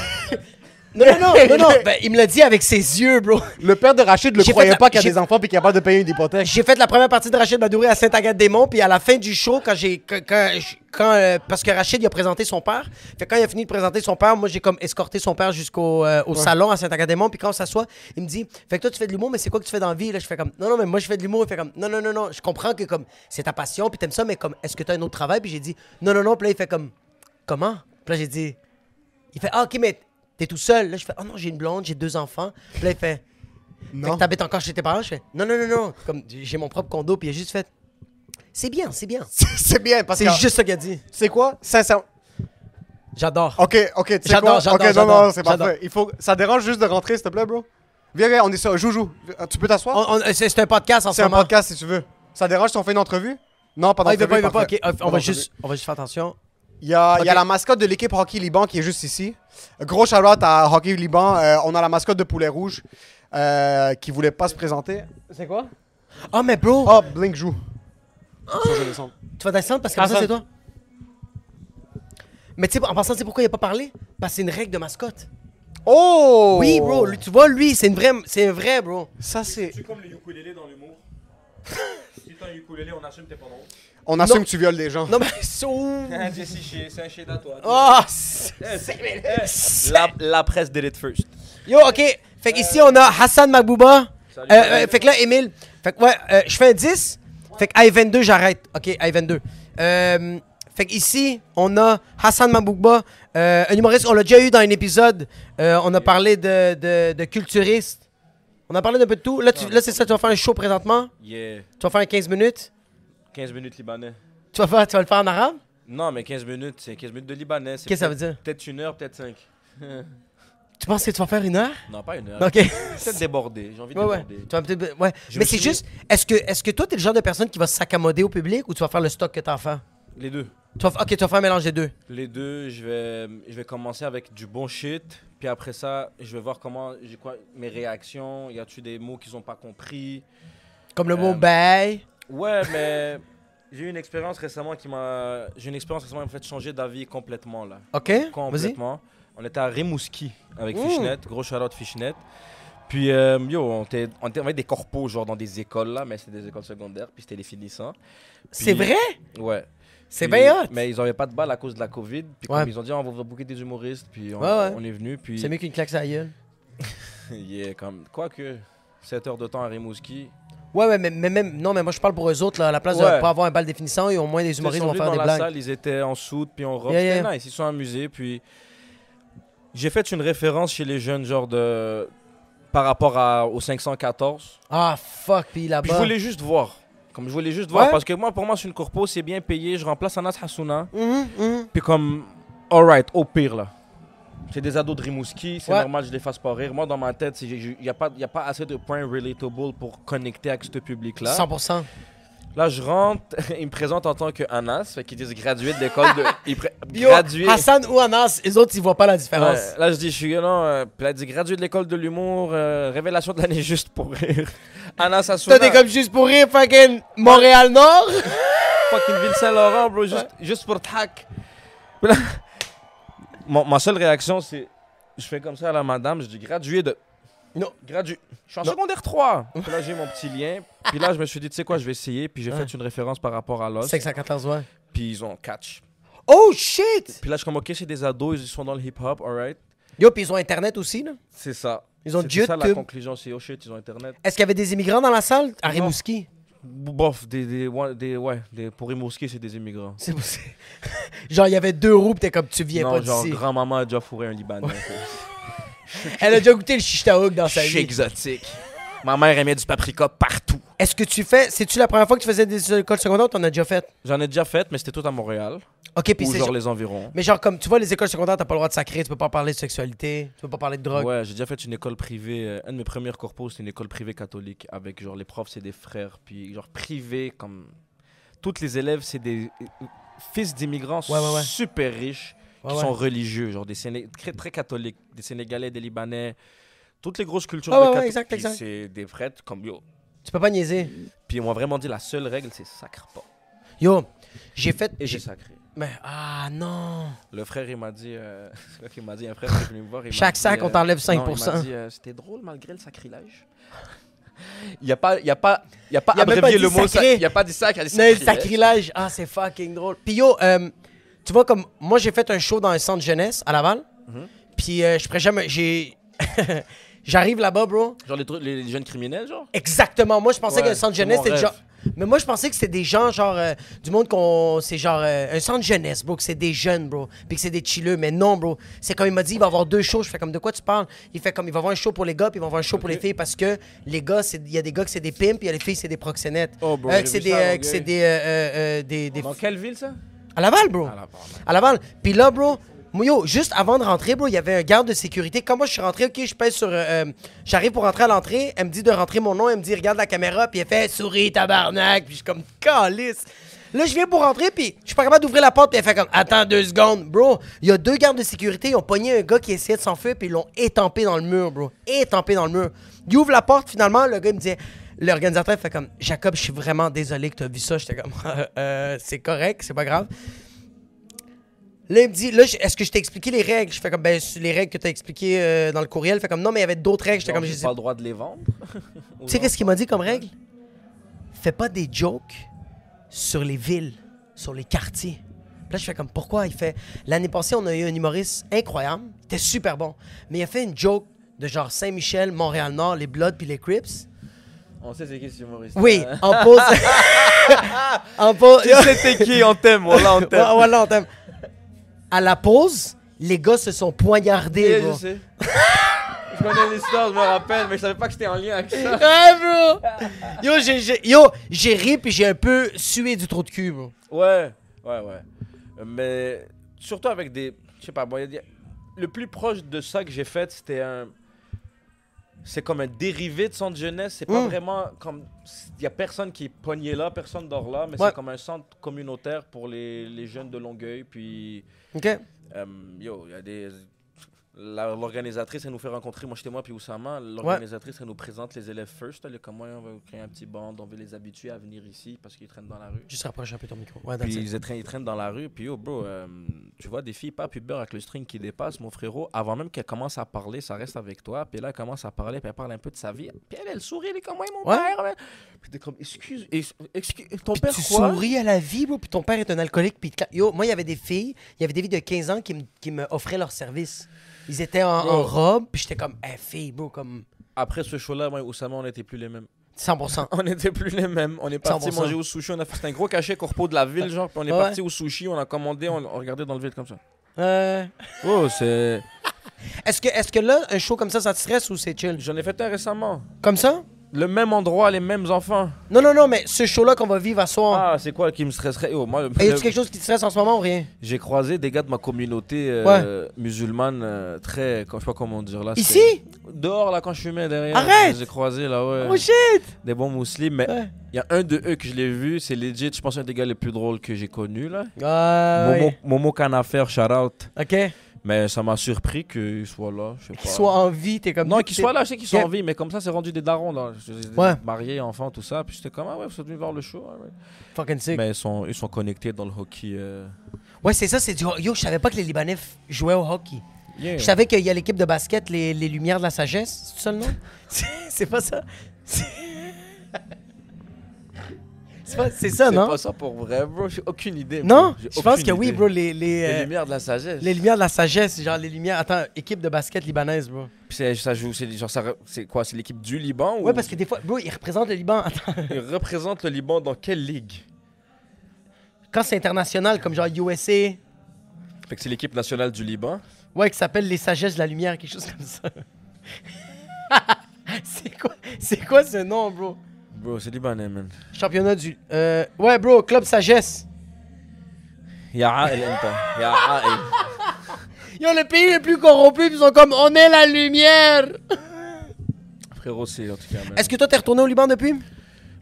B: Non, non, non, non, non. Ben, il me l'a dit avec ses yeux, bro.
C: le père de Rachid le
B: J'ai
C: croyait
B: fait la-
C: pas qu'il y a
B: j'ai-
C: des enfants puis qu'il est capable de payer une hypothèque.
B: J'ai fait la première partie de Rachid Badouri à Sainte-Agathe-des-Monts, puis à la fin du show, quand j'ai. Quand, quand- quand, euh, parce que Rachid, il a présenté son père. Fait que quand il a fini de présenter son père, moi, j'ai comme escorté son père jusqu'au euh, au salon à Sainte-Agathe-des-Monts, puis quand on s'assoit, il me dit Fait que toi, tu fais de l'humour, mais c'est quoi que tu fais dans la vie Là, je fais comme Non, non, mais moi, je fais de l'humour. Il fait comme Non, non, non, non. Je comprends que comme c'est ta passion, puis t'aimes ça, mais comme est-ce que t'as un autre travail Puis j'ai dit Non, non, non. Puis là, il fait comme Comment Puis là, j'ai dit Il fait Ah, ok, mais t'es tout seul. Là, je fais Oh non, j'ai une blonde, j'ai deux enfants. Puis là, il fait fait que T'habites encore chez tes parents? Je fais non, non, non, non. Comme j'ai mon propre condo, puis il a juste fait c'est bien, c'est bien.
C: c'est bien parce que
B: C'est juste ça qu'il a dit.
C: c'est quoi Sincèrement.
B: J'adore.
C: Ok, ok, tu sais
B: J'adore,
C: quoi?
B: j'adore,
C: Ok, non,
B: j'adore,
C: non, c'est
B: j'adore.
C: parfait. Il faut... Ça dérange juste de rentrer, s'il te plaît, bro. Viens, viens, on est sur Joujou. euh, Tu peux t'asseoir
B: On- on- c'est c'est un podcast en ce
C: C'est un
B: moment.
C: podcast si tu veux. Ça dérange si on fait une entrevue Non, pas
B: Ah, il veut
C: d'entrevue.
B: pas, il veut pas.
C: parfait.
B: Ok, on
C: Pas
B: va,
C: d'entrevue.
B: juste, on va juste faire attention.
C: Il y, a, il y a
B: Ok.
C: la mascotte de l'équipe Hockey Liban qui est juste ici. Gros shout à Hockey Liban. Euh, on a la mascotte de Poulet Rouge euh, qui voulait pas se présenter. C'est quoi
B: Oh, mais bro,
C: Oh, Blink joue. Faut que je descende.
B: tu vas descendre parce que comme ça,
C: Hassan.
B: c'est toi. Mais tu sais, en passant, tu sais pourquoi il a pas parlé? Parce que c'est une règle de mascotte.
C: Oh
B: Oui, bro, lui, tu vois, lui, c'est une vraie, c'est un vrai, bro.
C: Ça, c'est.
F: Tu es comme le ukulélé dans l'humour. si t'es un ukulélé, on assume t'es pas drôle.
C: On assume
B: Non.
C: que tu violes des gens.
B: Non, mais c'est. Oh,
F: Jesse, c'est- c'est un chien à toi.
B: c'est-
D: Eh, La, la presse did it first.
B: Yo, ok. Fait qu'ici, on a Hassan Magbouba. Euh, euh, fait que là, Emile, Fait que, ouais, euh, je fais un 10. Fait que I22, j'arrête. OK, I22. Euh, fait que ici, on a Hassan Maboukba, euh, un humoriste. On l'a déjà eu dans un épisode. Euh, on a parlé de, de, de culturiste. On a parlé d'un peu de tout. Là, tu- là, c'est ça, tu vas faire un show présentement.
D: Yeah.
B: Tu vas faire un 15 minutes.
D: 15 minutes libanais.
B: Tu vas, faire- tu vas le faire en arabe?
D: Non, mais 15 minutes, c'est 15 minutes de libanais. c'est
B: Qu'est-ce que ça veut
D: peut-être-
B: dire?
D: Peut-être une heure, peut-être cinq.
B: Tu penses que tu vas faire une heure?
D: non, pas une heure.
B: Euh, OK.
D: Peut-être déborder. J'ai envie de
B: Ouais, ouais.
D: déborder.
B: Tu vas peut-être- ouais.
D: Je
B: Mais
D: me
B: c'est
D: suis-
B: juste, est-ce que, est que toi, t'es le genre de personne qui va s'accommoder au public ou tu vas faire le stock que t'as à faire?
D: Les deux.
B: Tu vas, f- ok, tu vas faire un mélange des deux.
D: Les deux, je vais, je vais commencer avec du bon shit. Puis après ça, je vais voir comment, j'ai quoi, mes réactions. Y a-tu des mots qu'ils ont pas compris
B: Comme le
D: Euh,
B: mot bail.
D: Ouais, mais j'ai eu une expérience récemment qui m'a, j'ai eu une expérience récemment qui m'a fait changer d'avis complètement là.
B: Ok, Eh? vas-y.
D: Complètement. On était à Rimouski avec
B: Ouh.
D: Fishnet, gros shout-out Fishnet. Puis euh, yo, on était, on était avec des corpos genre dans des écoles là, mais c'était des écoles secondaires, puis c'était les finissants. Puis-
B: C'est vrai?
D: Ouais.
B: C'est
D: Puis-
B: bien hot.
D: Mais ils n'avaient pas de balle à cause de la Covid. Puis
B: Ouais.
D: comme ils ont dit, on va vous booker des humoristes. Puis on,
B: Ouais, ouais.
D: on est venu. Puis
B: C'est mieux qu'une claque sur la gueule.
D: yeah, comme quoique 7 heures de temps à Rimouski.
B: Ouais, ouais, mais, mais même, non, mais moi je parle pour eux autres, là, à la place de
D: Ouais.
B: pas avoir un bal définissant, ils ont moins des humoristes qui
D: Ils
B: vont
D: sont venus
B: faire des
D: dans la
B: blagues.
D: salle, ils étaient en soute, puis en robe.
B: Yeah,
D: C'était
B: yeah.
D: nice, ils se sont amusés. Puis j'ai fait une référence chez les jeunes, genre de. par rapport à, au 514.
B: Ah, fuck, puis
D: Puis je
B: là-bas.
D: voulais juste voir. Comme je voulais juste voir,
B: Ouais.
D: parce que moi, pour moi, c'est une corpo, c'est bien payé. Je remplace Anas Hassouna.
B: Mhm, mhm.
D: Puis comme, alright, au pire là. C'est des ados de Rimouski, c'est
B: Ouais.
D: normal que je les fasse pas rire. Moi, dans ma tête, il n'y a, pas- y a pas assez de points relatable pour connecter avec ce public-là.
B: 100%.
D: Là, je rentre, ils me présentent en tant que Anas, fait qu'ils disent gradué de l'école de. ils pré-
B: Yo,
D: gradué.
B: Hassan ou Anas, les autres, ils voient pas la différence.
D: Ouais, là, je dis, je suis non. euh, puis là, il dit gradué de l'école de l'humour, euh, révélation de l'année juste pour rire. Anas Assouna.
B: Toi, t'es comme juste pour rire, fucking Montréal-Nord.
D: fucking ville Saint-Laurent, bro, juste, juste pour tac. Puis là, mon- ma seule réaction, c'est. Je fais comme ça à la madame, je dis gradué de.
B: Non.
D: Gradué. Je suis en
B: Non.
D: secondaire 3. Puis là, j'ai mon petit lien. Puis là, je me suis dit, tu sais quoi, je vais essayer. Puis j'ai fait une référence par rapport à l'os.
B: 514, ouais.
D: Puis ils ont catch.
B: Oh shit!
D: Puis là, je suis comme, ok, c'est des ados, ils sont dans le hip-hop, alright.
B: Yo, puis ils ont Internet aussi, là.
D: C'est ça.
B: Ils ont
D: C'est
B: YouTube.
D: ça la conclusion, c'est oh shit, ils ont Internet.
B: Est-ce qu'il y avait des immigrants dans la salle à
D: Non.
B: Rimouski?
D: Bof, des, des, ouais, des, ouais, des, pour Rimouski, c'est des immigrants.
B: C'est possible. genre, il y avait deux roues, pis t'es comme, tu viens
D: non,
B: pas
D: genre,
B: d'ici.
D: grand-maman a déjà fourré un Libanais.
B: Elle a déjà goûté le shishtaouk dans sa
D: Chic
B: vie.
D: exotique. Ma mère aimait du paprika partout.
B: Est-ce que tu fais. C'est-tu la première fois que tu faisais des écoles secondaires ou t'en as déjà fait?
D: J'en ai déjà fait, mais c'était tout à Montréal.
B: Ok, puis
D: ou
B: c'est.
D: genre les environs.
B: Mais genre, comme tu vois, les écoles secondaires, t'as pas le droit de sacrer, tu peux pas parler de sexualité, tu peux pas parler de drogue.
D: Ouais, j'ai déjà fait une école privée. euh, Un de mes premiers corpos, c'était une école privée catholique. Avec genre les profs, c'est des frères. Puis genre privé, comme. Toutes les élèves, c'est des euh, fils d'immigrants
B: Ouais, ouais, ouais.
D: super riches
B: Ouais,
D: qui
B: ouais.
D: sont religieux. Genre des Séné- très, très catholiques. Des Sénégalais, des Libanais. Toutes les grosses cultures
B: Ouais,
D: de
B: ouais, ouais,
D: catho-
B: exact,
D: puis
B: exact.
D: C'est des prêtres comme yo.
B: Tu peux pas niaiser.
D: Puis ils m'ont vraiment dit la seule règle, c'est sacre pas.
B: Yo, j'ai fait.
D: Et j'ai
B: j'ai-
D: sacré.
B: Mais ah non!
D: Le frère, il m'a dit. euh, le frère, il m'a dit, un frère qui est venu me voir. il m'a
B: Chaque
D: dit,
B: sac, on
D: euh,
B: t'enlève
D: non, il
B: 5%.
D: m'a dit, euh, c'était drôle malgré le sacrilège. Il n'y a pas, il y a pas, il y a pas
B: Il a même
D: abrévié
B: pas
D: le
B: dit
D: mot
B: sacré.
D: sacré. Il n'y a pas dit sacre, il a dit
B: Mais le
D: sacrilège.
B: sacrilège, ah, c'est fucking drôle. Puis yo, euh, tu vois, comme moi, j'ai fait un show dans un centre jeunesse à Laval. Puis euh, je pourrais jamais. J'ai. J'arrive là-bas, bro.
D: Genre les, trucs- les, les jeunes criminels, genre.
B: Exactement. Moi, je pensais
D: Ouais,
B: qu'un centre
D: c'est
B: jeunesse,
D: mon
B: c'était
D: rêve.
B: genre. Mais moi, je pensais que c'était des gens, genre, euh, du monde qu'on. C'est genre euh, un centre jeunesse, bro, que c'est des jeunes, bro, puis que c'est des chilleux. Mais non, bro. C'est comme il m'a dit, il va y avoir deux shows. Je fais comme, de quoi tu parles Il fait comme, il va y avoir un show pour les gars, puis il va y avoir un show pour les filles, parce que les gars, c'est- il y a des gars que c'est des pimps, puis il y a les filles, c'est des proxénètes.
D: Oh, bro,
B: Euh,
D: j'ai
B: que c'est
D: vu
B: des.
D: ça,
B: euh,
D: mon
B: que c'est
D: gars.
B: des, euh, euh, euh, des- des
D: Dans quelle ville, ça
B: à Laval, bro. À
D: Laval.
B: Laval. Puis là, bro, moi, yo, juste avant de rentrer, bro, il y avait un garde de sécurité. Quand moi, je suis rentré, OK, je pèse sur... euh, euh, J'arrive pour rentrer à l'entrée. Elle me dit de rentrer mon nom. Elle me dit, regarde la caméra. Puis elle fait, souris, tabarnak. Puis je suis comme, calice. Là, je viens pour rentrer, puis je suis pas capable d'ouvrir la porte, puis elle fait comme Attends deux secondes, bro. Il y a deux gardes de sécurité, ils ont pogné un gars qui essayait de s'enfuir, puis ils l'ont étampé dans le mur, bro. Étampé dans le mur. Il ouvre la porte, finalement, le gars, il me dit L'organisateur fait comme Jacob, je suis vraiment désolé que tu as vu ça. J'étais comme Euh, C'est correct, c'est pas grave. Là, il me dit, là, je- est-ce que je t'ai expliqué les règles? Je fais comme, ben, les règles que t'as expliquées euh, dans le courriel. Fait comme, non, mais il y avait d'autres règles. J'étais
D: Genre,
B: comme, j'ai
D: j'ai
B: dit,
D: pas le droit de les vendre.
B: tu sais qu'est-ce qu'il m'a dit comme règle? Fais pas des jokes sur les villes, sur les quartiers. Puis là, je fais comme, pourquoi? Il fait, l'année passée, on a eu un humoriste incroyable. Il était super bon. Mais il a fait une joke de genre Saint-Michel, Montréal-Nord, les Bloods puis les Crips.
G: On sait c'est qui ce humoriste.
B: Oui, en pause. en pause.
G: Tu sais t'es qui, on t'aime,
D: oh
G: voilà, on t'aime.
B: Ouais, voilà, on t'aime. À la pause, les gars se sont poignardés.
G: Yeah,
B: bro.
G: je sais. je connais l'histoire, je me rappelle, mais je savais pas que c'était en lien avec ça.
B: Ouais, bro. Yo, j'ai- j'ai- yo, j'ai ri puis j'ai un peu sué du trou de cul, bro.
D: Ouais, ouais, ouais. Euh, Mais surtout avec des. Je sais pas, bon, y a des- le plus proche de ça que j'ai fait, c'était un. C'est comme un dérivé de centre jeunesse. C'est pas
G: Hmm.
B: Mm.
D: vraiment comme. Il y a personne qui est pogné là, personne dort là, mais
B: Ouais.
D: c'est comme un centre communautaire pour les, les jeunes de Longueuil. Puis.
B: Ok.
D: Euh, yo, il y a des. la- L'organisatrice, elle nous fait rencontrer, moi j'étais moi puis Oussama. L'organisatrice, elle nous présente les élèves first. Elle est comme, Ouais, on va créer un petit bande, on veut les habituer à venir ici parce qu'ils traînent dans la rue.
B: Juste rapproche un peu ton micro. Ouais, that's
D: Puis
B: it.
D: ils traînent, ils traînent dans la rue, puis yo, bro, euh, tu vois des filles pas pubères avec le string qui dépasse, mon frérot, avant même qu'elle commence à parler, ça reste avec toi, puis là, elle commence à parler, puis elle parle un peu de sa vie, puis elle, elle sourit, elle est comme, ouais, mon
B: Ouais.
D: père, ouais. puis t'es comme, excuse, ex- excuse, ton père
B: Tu
D: quoi?
B: souris à la vie, bro, puis ton père est un alcoolique. Puis te cla- yo, moi, il y avait des filles, il y avait des filles de 15 ans qui me, qui me offraient leur service. Ils étaient en, en
D: Bro.
B: robe, puis j'étais comme, hey, fille, bro, comme
D: Après ce show-là, moi et Oussama, on n'était plus les mêmes.
B: 100%.
D: On n'était plus les mêmes. On est parti
B: 100%.
D: manger au sushi, on a fait c'était un gros cachet corpo de la ville, genre, puis on est
B: Ouais.
D: parti au sushi, on a commandé, on, on regardait dans le vide comme ça.
B: Euh,
D: Oh, c'est.
B: Est-ce que, est que là, un show comme ça, ça te stresse ou c'est chill?
D: J'en ai fait un récemment.
B: Comme ça?
D: Le même endroit, les mêmes enfants.
B: Non, non, non, mais ce show-là qu'on va vivre à soir.
D: Ah, c'est quoi qui me stresserait oh, moi, le-
B: Et y a
D: le-
B: quelque chose qui te stresse en ce moment ou rien?
D: J'ai croisé des gars de ma communauté euh, musulmane euh, très. Je sais pas comment dire là.
B: Ici?
D: c'est- Dehors là quand Ah, je fumais derrière.
B: Arrête!
D: J'ai croisé là, ouais.
B: Oh shit!
D: Des bons musulmans, mais il
B: Ouais.
D: y a un de eux que je l'ai vu, c'est legit, je pense un des gars les plus drôles que j'ai connu là.
B: Ah,
D: Momo,
B: ouais.
D: Momo Canafer, shout out.
B: Ok.
D: Mais ça m'a surpris qu'il soit là, je sais pas.
B: Qu'ils soient en vie, t'es comme.
D: Non, qu'ils soient là, je sais qu'ils sont
B: Ok.
D: en vie, mais comme ça, c'est rendu des darons. Là. Je- je-
B: Ouais.
D: Mariés, enfants, tout ça. Puis j'étais comme, ah ouais, vous êtes venus voir le show. ah ouais.
B: Fucking sick.
D: Mais ils sont, ils sont connectés dans le hockey. euh,
B: Ouais, c'est ça, c'est du. ho- Yo, je savais pas que les Libanais f- jouaient au hockey.
D: Yeah.
B: Je savais qu'il y a l'équipe de basket, les, les Lumières de la Sagesse, c'est ça le nom? C'est- c'est pas ça? C'est c'est pas- c'est ça, non?
G: C'est pas ça pour vrai, bro. J'ai aucune idée. bro.
B: Non?
G: J'ai
B: Je pense
G: aucune
B: que oui,
G: idée.
B: bro. Les, les,
G: Les
B: euh,
G: lumières de la sagesse.
B: les Lumières de la Sagesse, genre les Lumières. Attends, équipe de basket libanaise, bro.
D: Puis c'est- ça joue, c'est genre, ça re- c'est quoi C'est l'équipe du Liban ou
B: Ouais, parce que des fois, bro, ils représentent le Liban. Attends,
D: ils représentent le Liban dans quelle ligue
B: quand c'est international, comme genre USA,
D: Fait que c'est l'équipe nationale du Liban.
B: ouais, qui s'appelle Les Sagesses de la Lumière, quelque chose comme ça. c'est quoi, c'est quoi ce nom, bro?
D: Bro, c'est libanais, man.
B: Championnat du. euh, ouais, bro, Club Sagesse.
D: Ya Ael, enta. Ya Ael.
B: Yo, le pays le plus corrompu, puis ils sont comme on est la lumière.
D: Frérot, c'est en tout cas, man.
B: Est-ce que toi, t'es retourné au Liban depuis?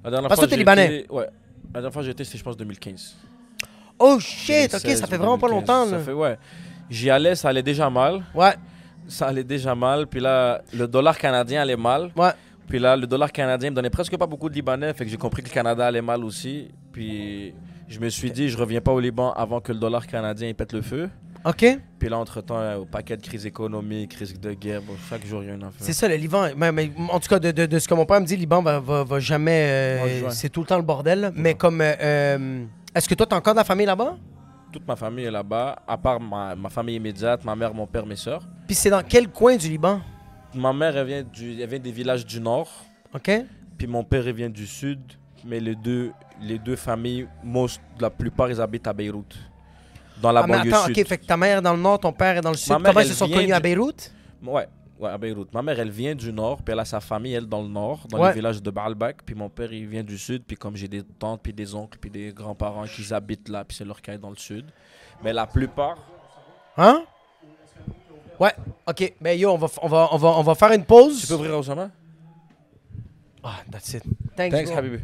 D: La dernière
B: Parce que toi,
D: fois
B: t'es
D: j'ai
B: Libanais.
D: été- Ouais. La dernière fois que j'étais, c'était, je pense, 2015.
B: Oh shit, ok,
D: 2016
B: ça fait
D: ou
B: vraiment pas
D: 2015.
B: longtemps,
D: Ça
B: là.
D: fait, ouais. J'y allais, ça allait déjà mal.
B: Ouais.
D: Ça allait déjà mal. Puis là, le dollar canadien allait mal.
B: Ouais.
D: Puis là, le dollar canadien me donnait presque pas beaucoup de Libanais. Fait que j'ai compris que le Canada allait mal aussi. Puis je me suis dit, je reviens pas au Liban avant que le dollar canadien il pète le feu.
B: Ok.
D: Puis là, entre-temps, euh, au paquet de crise économique, risque de guerre, bon, chaque jour, il y a une affaire.
B: C'est ça, le Liban. Mais, mais, en tout cas, de, de- de ce que mon père me dit, le Liban va, va- va jamais. euh,
D: Ouais, ouais.
B: c'est tout le temps le bordel. là. Mais comme. euh, euh, Est-ce que toi, t'as encore de la famille là-bas?
D: Toute ma famille est là-bas, à part ma, ma famille immédiate, ma mère, mon père, mes soeurs.
B: Puis c'est dans quel coin du Liban?
D: Ma mère, elle vient, du, elle vient des villages du nord,
B: OK?
D: puis mon père, il vient du sud. Mais les deux, les deux familles, most- la plupart, ils habitent à Beyrouth, dans la
B: Ah, mais
D: banlieue
B: attends,
D: sud.
B: OK, fait que ta mère est dans le nord, ton père est dans le sud.
D: Ma mère,
B: Comment ils se
D: elle
B: sont
D: vient
B: connus à
D: du-
B: Beyrouth?
D: Ouais, ouais, à Beyrouth. Ma mère, elle vient du nord, puis elle a sa famille, elle, dans le nord, dans
B: Ouais.
D: le village de Baalbek. Puis mon père, il vient du sud, puis comme j'ai des tantes, puis des oncles, puis des grands-parents qui habitent là, puis c'est leur cas dans le sud. Mais la plupart.
B: Hein? Ouais, OK. Mais yo, on va, f- on va, on va, on va faire une pause.
D: Tu peux ouvrir Osama
B: Ah, that's it. Thanks,
D: Thanks,
B: bro.
D: Habibi.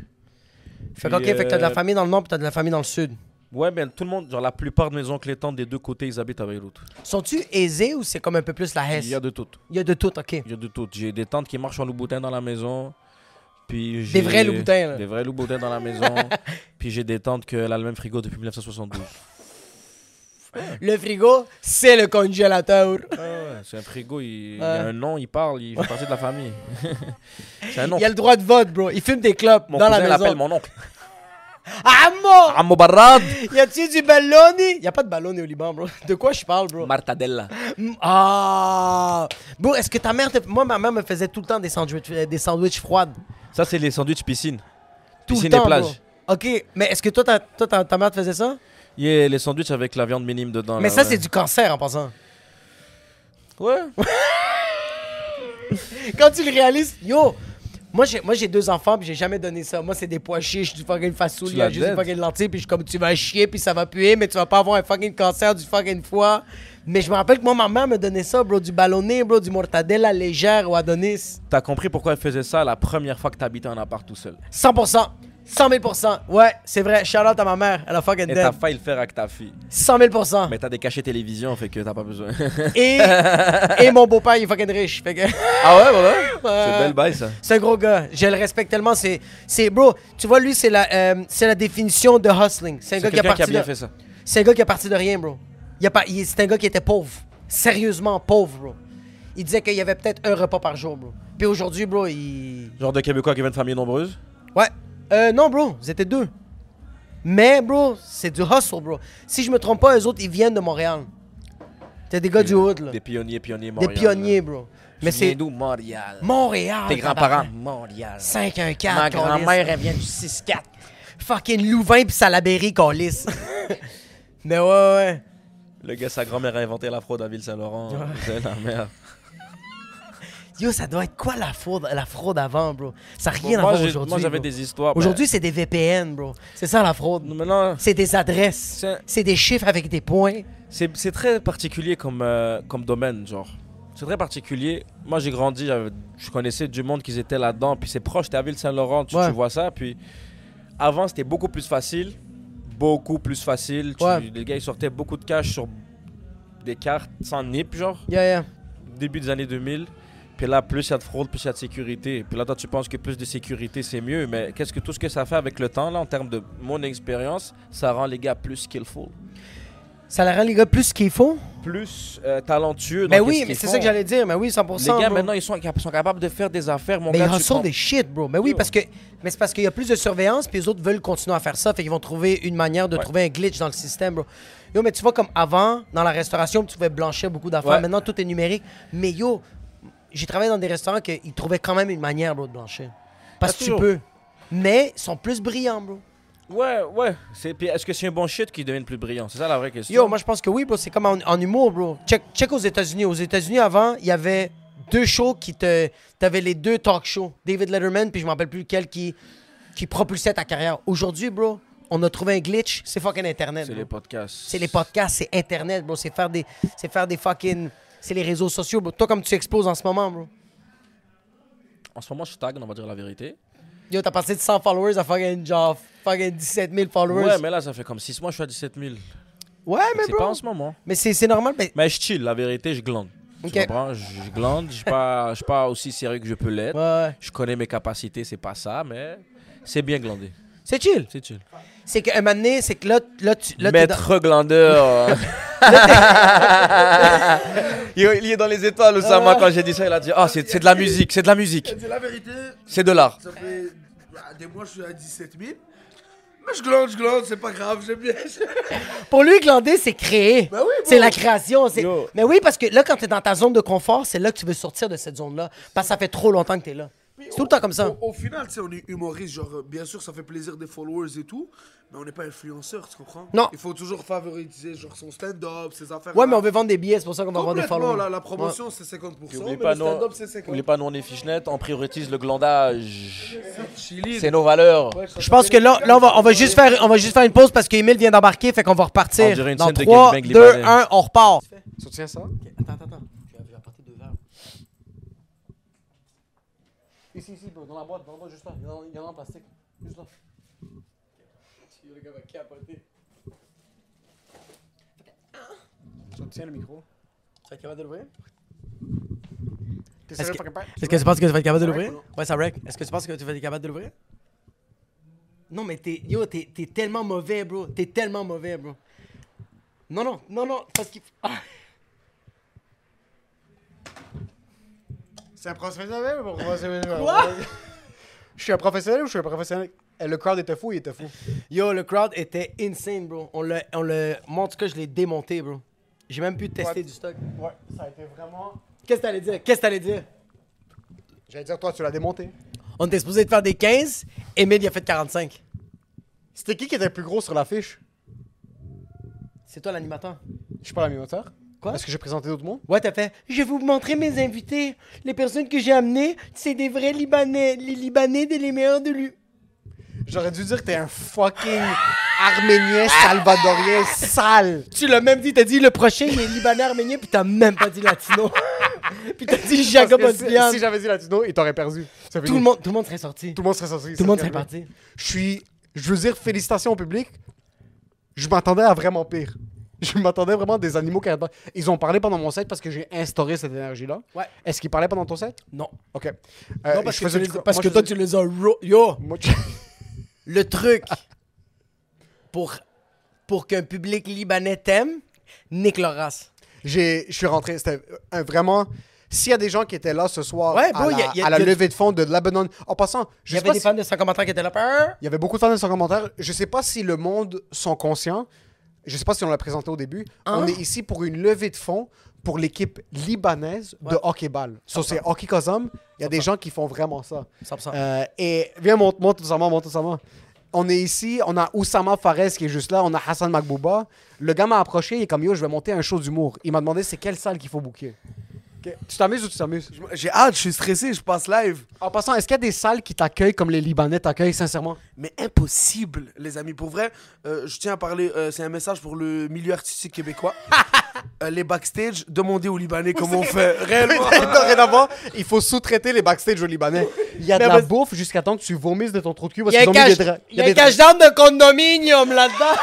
B: Fait que,
D: Puis,
B: OK, fait que t'as de la
D: euh,
B: famille dans le nord, puis t'as de la famille dans le sud.
D: Ouais, mais tout le monde, genre la plupart de mes oncles et tantes des deux côtés, ils habitent à Beyrouth.
B: Sont-tu aisés ou c'est comme un peu plus la Hesse?
D: Il y a de tout.
B: Il y a de tout, OK.
D: Il y a de tout. J'ai des tantes qui marchent en Louboutin dans la maison. Puis
B: Des
D: j'ai-
B: vrais Louboutins, là.
D: Des vrais Louboutins dans la maison. puis j'ai des tantes qu'elle a le même frigo depuis 1972.
B: Ah. Le frigo, c'est le congélateur. Ah.
D: Ah ouais, c'est un frigo, il, il y
B: Ouais.
D: a un nom, il parle, il fait partie de la famille. c'est un nom.
B: Il a le droit de vote, bro. Il fume des clopes
D: Mon
B: dans la
D: cousin
B: maison.
D: l'appelle mon oncle.
B: Ah, mon!
D: Ammo Barrad
B: Y a-tu du ballonné? Y a pas de ballonné au Liban, bro. De quoi je parle, bro?
D: Martadella.
B: Mm, Ah! Bro, est-ce que ta mère... te- Moi, ma mère me faisait tout le temps des sandwichs, des sandwichs froides.
D: Ça, c'est les sandwichs piscine.
B: Tout le
D: Piscine
B: temps,
D: et plage.
B: bro. OK, mais est-ce que toi, ta, toi, ta, ta mère te faisait ça?
D: Yeah, les sandwichs avec la viande minime dedans.
B: mais
D: là,
B: ça,
D: Oh ouais.
B: c'est du cancer en passant.
D: Ouais.
B: Quand tu le réalises, yo, moi j'ai, moi, j'ai deux enfants, puis j'ai jamais donné ça. Moi, c'est des pois chiches, je suis du fucking fasoul,
D: Tu
B: il y a
D: l'as
B: juste des
D: dead.
B: fucking lentilles, puis je suis comme, tu vas chier, puis ça va puer, mais tu vas pas avoir un fucking cancer du fucking foie. Mais je me rappelle que moi, ma mère me donnait ça, bro, du ballonné, bro, du mortadella légère au Adonis.
D: T'as compris pourquoi elle faisait ça la première fois que t'habitais en appart tout seul.
B: 100%, 100 000%. Ouais, c'est vrai, shout out à ma mère, elle a fucking
D: Et
B: dead.
D: t'as failli le faire avec ta fille.
B: 100 000%.
D: Mais t'as des cachets télévision, fait que t'as pas besoin.
B: Et, et mon beau-père, il est fucking riche. Fait que...
D: Ah ouais, voilà. C'est belle bail, ça.
B: C'est un gros gars. Je le respecte tellement. C'est, c'est bro, tu vois, lui, c'est la, euh, c'est la définition de hustling. C'est un
D: C'est
B: gars qui a
D: quelqu'un qui
B: parti
D: a bien
B: de-
D: fait ça.
B: C'est un gars qui a parti de rien, bro. Il a pas, il- c'est un gars qui était pauvre. Sérieusement pauvre, bro. Il disait qu'il y avait peut-être un repas par jour, bro. Puis aujourd'hui, bro, il.
D: Genre de Québécois qui vient de familles nombreuses.
B: Ouais. Euh, non, bro, vous étiez deux. Mais, bro, c'est du hustle, bro. Si je me trompe pas, eux autres, ils viennent de Montréal. T'as des gars du Hood, là.
D: Des pionniers, pionniers,
B: Des
D: Montréal.
B: pionniers, bro. Mais c'est.
D: d'où Montréal.
B: Montréal.
D: Tes grands-parents.
B: tabarnak.
D: Montréal.
B: 5-1-4.
D: Ma
B: câlisse.
D: grand-mère, elle vient du 6-4.
B: Fucking Louvain pis Salaberry, câlisse. Mais ouais, ouais.
D: Le gars, sa grand-mère a inventé la fraude à Ville-Saint-Laurent.
B: Ouais.
D: C'est la merde.
B: Yo, ça doit être quoi la fraude, la fraude avant, bro? Ça n'a rien
D: Moi,
B: à voir
D: j'ai-
B: aujourd'hui.
D: moi, j'avais
B: bro.
D: des histoires, ben-
B: Aujourd'hui, c'est des VPN, bro. C'est ça la fraude. C'est des adresses. C'est des chiffres avec des points.
D: C'est c'est très particulier comme, euh, comme domaine, genre. C'est très particulier. Moi, j'ai grandi, j'avais- je connaissais du monde qui étaient là-dedans, puis c'est proche, t'es à Ville-Saint-Laurent, tu,
B: Ouais.
D: tu vois ça. Puis avant, c'était beaucoup plus facile. Beaucoup plus facile. Tu-
B: Ouais.
D: Les gars, ils sortaient beaucoup de cash sur des cartes sans nip, genre.
B: Yeah, yeah.
D: Début des années 2000. Puis là, plus il y a de fraude, plus il y a de sécurité. Puis là, toi, tu penses que plus de sécurité, c'est mieux. Mais qu'est-ce que tout ce que ça fait avec le temps, là, en termes de mon expérience, ça rend les gars plus skillful
B: Ça la rend les gars plus qu'il faut.
D: plus euh, talentueux.
B: Mais
D: dans
B: oui,
D: qu'est-ce
B: mais
D: qu'ils
B: c'est
D: font.
B: ça que j'allais dire. Mais oui, 100%.
D: Les gars,
B: bro.
D: maintenant, ils sont, cap- sont capables de faire des affaires, mon
B: Mais
D: gars.
B: ils
D: tu
B: ressortent
D: prends-
B: des shit, bro. Mais oui, parce que mais c'est parce qu'il y a plus de surveillance, puis les autres veulent continuer à faire ça, fait qu'ils vont trouver une manière de trouver un glitch dans le système, bro. Yo, mais tu vois comme avant, dans la restauration, tu pouvais blanchir beaucoup d'affaires.
D: Ouais.
B: Maintenant, tout est numérique. Mais yo, j'ai travaillé dans des restaurants qu'ils trouvaient quand même une manière, bro, de blanchir. Parce
D: Ah,
B: que tu
D: toujours.
B: peux. Mais ils sont plus brillants, bro.
D: Ouais, ouais. C'est... Puis est-ce que c'est un bon shit qui devient plus brillant C'est ça la vraie question.
B: Yo, moi je pense que oui, bro. C'est comme en, en humour, bro. Check, check aux États-Unis. Aux États-Unis, avant, il y avait deux shows qui te. T'avais les deux talk shows. David Letterman, puis je m'en rappelle plus lequel qui, qui propulsait ta carrière. Aujourd'hui, bro, on a trouvé un glitch. C'est fucking Internet.
D: C'est
B: bro.
D: les podcasts.
B: C'est les podcasts, c'est Internet, bro. C'est faire des, c'est faire des fucking. C'est les réseaux sociaux, bro. Toi, comme tu exploses en ce moment, bro.
D: En ce moment, je stagne, on va dire la vérité.
B: Yo, t'as passé de 100 followers à fucking, genre, fucking 17 000 followers.
D: Ouais, mais là, ça fait comme 6 mois, je suis à 17 000.
B: Ouais, mais
D: c'est
B: bro.
D: pas en ce moment.
B: Mais c'est c'est normal, mais
D: Mais je chill, la vérité, je glande. Tu
B: Ok.
D: comprends Je je glande, je suis pas, je suis pas aussi sérieux que je peux l'être.
B: Ouais, ouais.
D: Je connais mes capacités, c'est pas ça, mais c'est bien glandé.
B: c'est chill.
D: C'est chill.
B: C'est qu'à un moment donné, c'est que là, là, tu. Là, t'es dans-
D: Maître glandeur. il, il est dans les étoiles, Oussama,
B: Euh,
D: quand j'ai dit ça. Il a dit Ah, c'est c'est de la musique, c'est de la musique.
H: C'est la vérité.
D: C'est de l'art.
H: Ça fait bah, des mois, je suis à 17 000. Mais je glande, je glande, c'est pas grave, j'aime bien.
B: Pour lui, glander, c'est créer.
H: Ben oui, bon.
B: c'est la création. c'est- Mais oui, parce que là, quand tu es dans ta zone de confort, c'est là que tu veux sortir de cette zone-là. Parce que ça fait trop longtemps que tu es là. C'est tout le temps comme ça.
H: Au, au final, tu sais, on est humoriste, genre, euh, bien sûr, ça fait plaisir des followers et tout, mais on n'est pas influenceur, tu comprends
B: Non.
H: Il faut toujours favoriser, genre, son stand-up, ses affaires.
B: Ouais, mais on veut vendre des billets, c'est pour ça qu'on va vendre des
H: oh, Complètement,
B: followers.
H: la, la promotion,
B: Ouais.
H: c'est 50%,
D: Puis
H: mais
D: Oublie
H: le
D: pas, non,
H: stand-up, c'est 50%.
D: oublie pas, nous on est fichnettes, on priorise le glandage.
H: Chili.
D: C'est nos valeurs.
B: Je pense que là, là on, va, on, va juste faire, on va juste faire une pause parce qu'Emile vient d'embarquer, fait qu'on va
D: On
B: repartir.
D: dirait une
B: Dans
D: scène de
B: 3,
D: gangbang
B: 2,
D: libanais.
B: 1, on repart.
C: Tu tiens ça?
B: Attends, attends, attends. Je vais, je vais apporter deux verres. Ici, ici, bro, dans la boîte, dans la boîte, juste là. Il y en a- il y en a en plastique. Juste là. Le gars va capoter.
C: Tu tiens le micro?
B: Tu es capable de l'ouvrir?
C: T'es
B: Est-ce
C: sérieux,
B: que,
C: fucking pas?
B: est-ce que tu penses que tu vas être capable de
C: Ça rec
B: l'ouvrir? Ouais, ça wreck. Est-ce que tu penses que tu vas être capable de l'ouvrir? Non, mais t'es, yo, t'es, t'es tellement mauvais, bro. T'es tellement mauvais, bro. Non, non, non, non, parce qu'il. Ah.
C: C'est un professionnel ou un professionnel? Quoi? Je suis un professionnel ou je suis un professionnel? Eh, Le crowd était fou, il était fou.
B: Yo, le crowd était insane, bro. On le, on le... Moi, en tout cas, je l'ai démonté, bro. J'ai même pu tester
C: Ouais.
B: du stock.
C: Ouais, ça a été vraiment.
B: Qu'est-ce que t'allais dire? Qu'est-ce que t'allais dire?
C: J'allais dire, toi, tu l'as démonté.
B: On était supposé de faire des 15. Emile, il a fait 45.
C: C'était qui qui était le plus gros sur l'affiche
B: C'est toi l'animateur.
C: Je suis pas l'animateur.
B: Quoi
C: Est-ce que j'ai présenté d'autres mots
B: Ouais, t'as fait. Je vais vous montrer mes invités. Les personnes que j'ai amenées, c'est des vrais Libanais. Les Libanais des les meilleurs de l'U.
C: J'aurais dû dire que t'es un fucking arménien salvadorien sale.
B: Tu l'as même dit, t'as dit le prochain, il est Libanais arménien, puis t'as même pas dit latino. puis t'as dit Jacob
C: Parce que si-
B: Odbian.
C: Si j'avais dit Latino, il t'aurait perdu. C'est
B: Tout
C: fini.
B: le monde, tout le monde serait sorti.
C: Tout le monde serait sorti.
B: Tout le monde
C: c'est
B: serait
C: terminé.
B: parti.
C: Je suis. Je veux dire, félicitations au public. Je m'attendais à vraiment pire. Je m'attendais vraiment à des animaux qui attendent. Ils ont parlé pendant mon set parce que j'ai instauré cette énergie-là.
B: Ouais.
C: Est-ce qu'ils parlaient pendant ton set
B: Non.
C: Ok. Euh,
B: non, parce
C: je
B: que,
C: faisais
B: tu
C: du-
B: les- parce
C: moi,
B: que
C: je
B: toi,
C: faisais-
B: tu les as. ro- Yo!
C: Moi,
B: Le truc pour, pour qu'un public libanais t'aime, nique leur race.
C: J'ai- Je suis rentré. C'était euh, un- vraiment. S'il y a des gens qui étaient là ce soir
B: Ouais, bro,
C: à, la,
B: y a- y a-
C: à la
B: y a-
C: levée de fond de Lebanon, en passant,
B: Il
C: je
B: y
C: sais
B: avait
C: pas
B: des
C: si-
B: fans de 100 commentaires qui étaient là. Peur.
C: Il y avait beaucoup de fans de son commentaire. Je sais pas si le monde sont conscients. Je sais pas si on l'a présenté au début.
B: Hein?
C: On est ici pour une levée de fonds pour l'équipe libanaise de hockey-ball. So, c'est Hockey Cosum. Il y a des gens qui font vraiment ça.
B: 100%.
C: Euh, et viens, monte, monte Oussama, monte Oussama. On est ici, on a Oussama Fares qui est juste là, on a Hassan Makbouba. Le gars m'a approché, il est comme yo, je vais monter un show d'humour. Il m'a demandé c'est quelle salle qu'il faut booker. Ok. Tu t'amuses ou tu t'amuses
H: J'ai hâte, je suis stressé, je passe live.
C: En passant, est-ce qu'il y a des salles qui t'accueillent comme les Libanais t'accueillent sincèrement
H: Mais impossible, les amis. Pour vrai, euh, je tiens à parler, euh, c'est un message pour le milieu artistique québécois. Euh, les backstage, demandez aux Libanais comment on fait réellement.
C: Dorénavant, il faut sous-traiter les backstage aux Libanais. Il y a de
B: Mais
C: la
B: vas-
C: bouffe jusqu'à temps que tu vomisses de ton trou de cul
B: Il
C: parce
B: y a
C: qu'ils
B: un
C: ont mis des
B: cache-
C: draps.
B: il y a un cache d'armes de condominium là-dedans.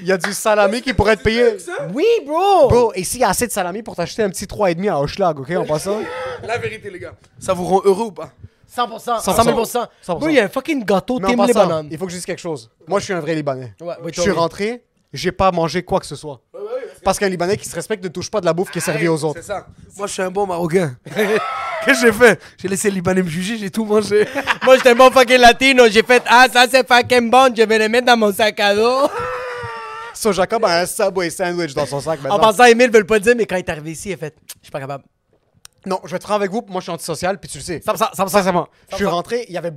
C: Il y a du salami qui pourrait être payé.
B: Oui, bro.
C: Bro, et s'il y a assez de salami pour t'acheter un petit 3,5 à Hochlag, ok, en passant
H: La vérité, les gars. Ça vous rend heureux ou pas
B: 100%. 100
C: 100%.
B: 000 Bro, il y a un fucking gâteau,
C: Mais en
B: Tim
C: passant,
B: Lebanon.
C: Il faut que je dise quelque chose. Moi, je suis un vrai Libanais.
B: Ouais, ouais,
C: je suis
B: toi,
C: rentré, j'ai pas mangé quoi que ce soit. Parce qu'un Libanais qui se respecte ne touche pas de la bouffe qui est
B: Ah
C: servie aux autres.
H: C'est ça. Moi, je suis un bon Marocain. Qu'est-ce que j'ai fait J'ai laissé les Libanais me juger, j'ai tout mangé.
B: Moi, j'étais un bon fucking latino. J'ai fait Ah, ça c'est fucking bon. Je vais le mettre dans mon sac à dos.
C: So, Jacob a un Subway sandwich dans son sac
B: En
C: maintenant.
B: pensant, Emile veut le pas dire, mais quand il est arrivé ici, il a fait Je suis pas capable.
C: Non, je vais être franc avec vous, moi, je suis antisocial, puis tu le sais.
B: Ça me sent- ça me sent-
C: Sincèrement, je suis rentré, il y avait,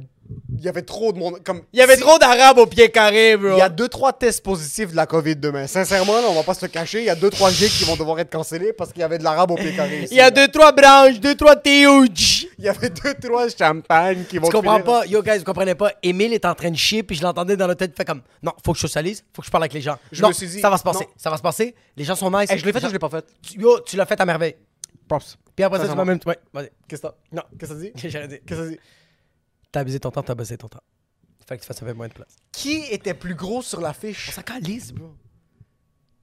C: il y avait trop de monde. Comme,
B: Il y avait
C: si-
B: trop d'arabes au pied carré, bro.
C: Il y a deux, trois tests positifs de la COVID demain. Sincèrement, là, on va pas se le cacher. Il y a deux, trois gigs qui vont devoir être cancellés parce qu'il y avait de l'arabe au pied carré. ici,
B: Il y a
C: là.
B: deux, trois branches, deux, trois huge.
C: Il y avait deux, trois champagnes qui vont
B: Tu comprends
C: finir-
B: pas, yo guys, vous comprenez pas. Emile est en train de chier, puis je l'entendais dans la tête, fait comme non, faut que je socialise, faut que je parle avec les gens.
C: Je
B: non,
C: me suis dit,
B: ça va se passer,
C: non.
B: ça va se passer. Les gens sont nice.
C: Eh, je l'ai fait
B: Les
C: ou je l'ai
B: gens-
C: pas fait?
B: Tu- Yo, tu l'as fait à merveille.
C: Props.
B: Puis après ça, tu
C: Sincèrement.
B: m'as même. Ouais, vas-y.
C: Qu'est-ce que t'as-
B: Non,
C: Qu'est-ce que t'as dit?
B: j'ai rien dit.
C: Qu'est-ce que t'as dit?
B: T'as abusé ton temps, t'as baissé ton temps. Fait que tu fasses ça fait moins de place.
C: Qui était plus gros sur la fiche?
B: Ça calise, bro.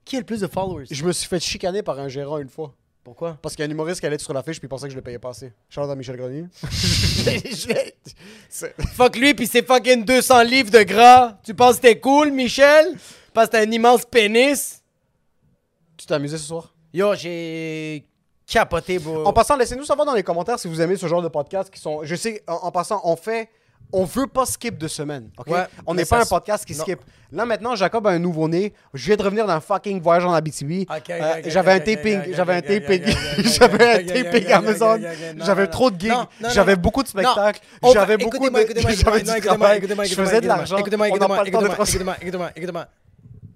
B: Qui a le plus de followers
C: Je me suis fait chicaner par un gérant une fois.
B: Pourquoi
C: Parce qu'il y a un humoriste qui allait être sur la fiche puis il pensait que je le payais pas assez. Charlotte à Michel Grenier.
B: Je l'ai-
C: C'est-
B: Fuck lui, puis ses fucking 200 livres de gras. Tu penses que t'es cool, Michel Parce que t'as un immense pénis.
C: tu t'es amusé ce soir?
B: Yo, j'ai capoté, bro.
C: En passant, laissez-nous savoir dans les commentaires si vous aimez ce genre de podcast qui sont. Je sais, en, en passant, on fait. On veut pas skip de semaine. ok?
B: Ouais,
C: on
B: mais
C: n'est pas
B: ça
C: un
B: se-
C: podcast qui
B: non.
C: skip. Là maintenant, Jacob a un nouveau-né. Je viens de revenir d'un fucking voyage en Abitibi.
B: Ok, ok,
C: Euh,
B: ok,
C: j'avais
B: ok,
C: un
B: ok,
C: taping,
B: ok,
C: j'avais un
B: ok, ok,
C: taping,
B: ok, ok, ok,
C: j'avais un
B: ok, ok, ok,
C: taping
B: ok,
C: Amazon.
B: ok, ok, non,
C: J'avais
B: non,
C: trop de
B: non,
C: gigs,
B: non, non,
C: j'avais
B: non.
C: beaucoup de spectacles,
B: Non, on va-
C: j'avais beaucoup
B: écoutez-moi,
C: de
B: écoutez-moi,
C: j'avais
B: écoutez-moi,
C: du
B: écoutez-moi,
C: travail,
B: écoutez-moi,
C: je faisais de
B: écoutez-moi,
C: l'argent.
B: Écoutez-moi,
C: On n'a
B: écoutez-moi,
C: pas le temps de
B: écoutez-moi,
C: trop-
B: écoutez-moi, écoutez-moi, écoutez-moi, écoutez-moi.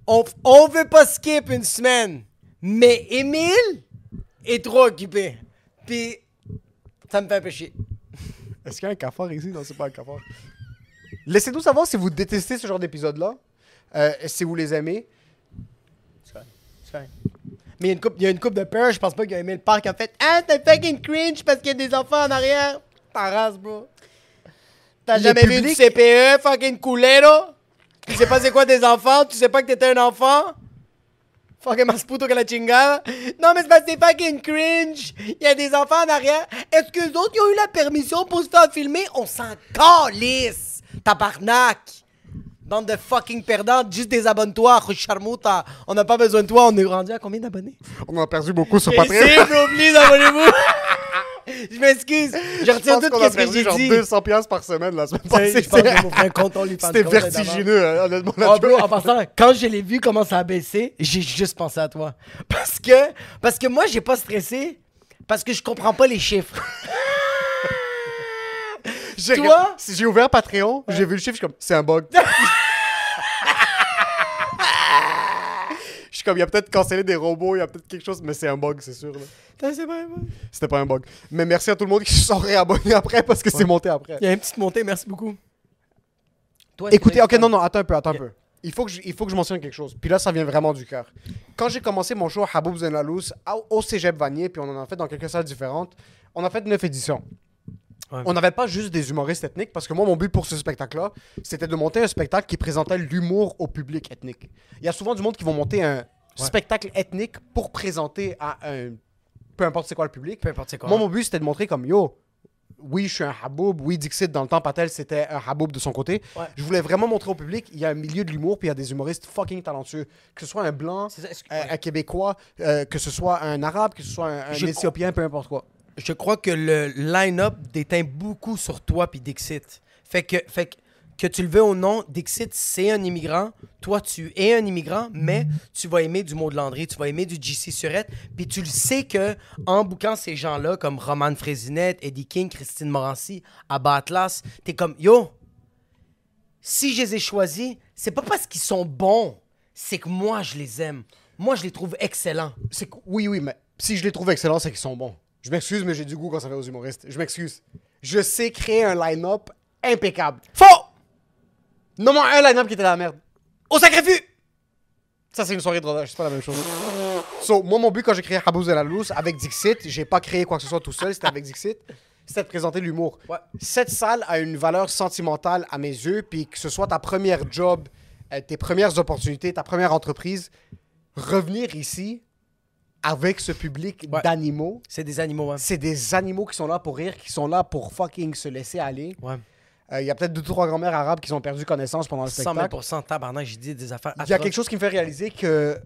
B: On, on veut pas skip une semaine, mais Émile est trop occupé. Puis ça me fait un peu chier.
C: Est-ce qu'il y a un cafard ici? Non, c'est pas un cafard. Laissez-nous savoir si vous détestez ce genre d'épisode-là, euh, si vous les aimez.
B: Mais il y a une coupe, il y a une coupe de peur, je pense pas qu'il y a Émile Park qui a fait Ah, t'es fucking cringe parce qu'il y a des enfants en arrière. Ta race, bro. T'as
C: Le
B: jamais vu une
C: public-
B: CPE, E fucking culero? Tu sais pas c'est quoi des enfants? Tu sais pas que t'étais un enfant? Fucking más puto que la chingada. Non, mais c'est parce que c'est fucking cringe. Il y a des enfants en arrière. Est-ce que les autres, ils ont eu la permission pour se faire filmer? On s'en calisse, tabarnak. Bande de fucking perdantes, juste désabonne-toi, Charmouta. On n'a pas besoin de toi. On est rendu à combien d'abonnés?
C: On a perdu beaucoup sur
B: Ici,
C: Patreon.
B: please, abonnez-vous. Je m'excuse. Je
C: Je
B: retire
C: pense
B: tout
C: qu'on a
B: ce que
C: perdu
B: j'ai
C: genre
B: dit.
C: 200 piastres par semaine la semaine passée.
B: je pense que je vais m'ouvrir un compte OnlyFans
C: C'était
B: compte
C: vertigineux, hein, honnêtement. la
B: Oh, bro,
C: durée.
B: en passant, quand je l'ai vu comment ça a baissé, j'ai juste pensé à toi. Parce que, parce que moi, j'ai pas stressé parce que je comprends pas les chiffres.
C: J'ai-
B: Toi?
C: si j'ai ouvert Patreon, j'ai vu le chiffre, je suis comme, c'est un bug. Je suis comme, il y a peut-être cancellé des robots, il y a peut-être quelque chose, mais c'est un bug, c'est sûr. là.
E: C'est pas moi.
C: C'était pas un bug. Mais merci à tout le monde qui se sont réabonnés après parce que c'est monté après.
B: Il y a une petite montée, merci beaucoup. Toi, est-ce que
C: Écoutez,
B: t'as-
C: ok, non, non, attends un peu, attends un peu. Il faut, que je, il faut que je mentionne quelque chose. Puis là, ça vient vraiment du cœur. Quand j'ai commencé mon show Haboub Zenalous au- au Cégep Vanier, puis on en a fait dans quelques salles différentes, on a fait neuf éditions. On n'avait pas juste des humoristes ethniques, parce que moi, mon but pour ce spectacle-là, c'était de monter un spectacle qui présentait l'humour au public ethnique. Il y a souvent du monde qui vont monter un spectacle ethnique pour présenter à un. Peu importe c'est quoi le public. Peu importe c'est
B: quoi. hein?
C: Moi, mon but, c'était de montrer comme yo, oui, je suis un haboub. Oui, Dixit, dans le temps, Patel, c'était un haboub de son côté.
B: Ouais.
C: Je voulais vraiment montrer au public, il y a un milieu de l'humour, puis il y a des humoristes fucking talentueux. Que ce soit un blanc, un, un québécois, euh, que ce soit un arabe, que ce soit un, un
B: Je
C: éthiopien, peu importe quoi.
B: je crois que le line-up déteint beaucoup sur toi puis Dixit. Fait que, fait que, que tu le veux ou non, Dixit, c'est un immigrant. Toi, tu es un immigrant, mais tu vas aimer du Maud Landry, tu vas aimer du JC Surette. Puis tu le sais que en bouquant ces gens-là, comme Roman Frésinette, Eddie King, Christine Morancy, Abba Atlas, t'es comme, yo, si je les ai choisis, c'est pas parce qu'ils sont bons, c'est que moi, je les aime. Moi, je les trouve excellents.
C: C'est que- oui, oui, mais si je les trouve excellents, c'est qu'ils sont bons. Je m'excuse, mais j'ai du goût quand ça va aux humoristes. Je m'excuse. Je sais créer un line-up impeccable. Faux! Non, un line-up qui était la merde. Au sacrifice! Ça, c'est une soirée de rodage, c'est pas la même chose. So, moi, mon but quand j'ai créé Habouz et la Loose avec Dixit, j'ai pas créé quoi que ce soit tout seul, c'était avec Dixit, c'était de présenter l'humour. Cette salle a une valeur sentimentale à mes yeux, puis que ce soit ta première job, euh, tes premières opportunités, ta première entreprise, revenir ici avec ce public d'animaux.
B: C'est des animaux, hein.
C: C'est des animaux qui sont là pour rire, qui sont là pour fucking se laisser aller. Euh,
B: Ouais.
C: Il y a peut-être deux ou trois grand-mères arabes qui ont perdu connaissance pendant le
B: 100
C: spectacle.
B: 000 tabarnak, j'ai dit des affaires
C: Il y a
B: atroces.
C: quelque chose qui me fait réaliser que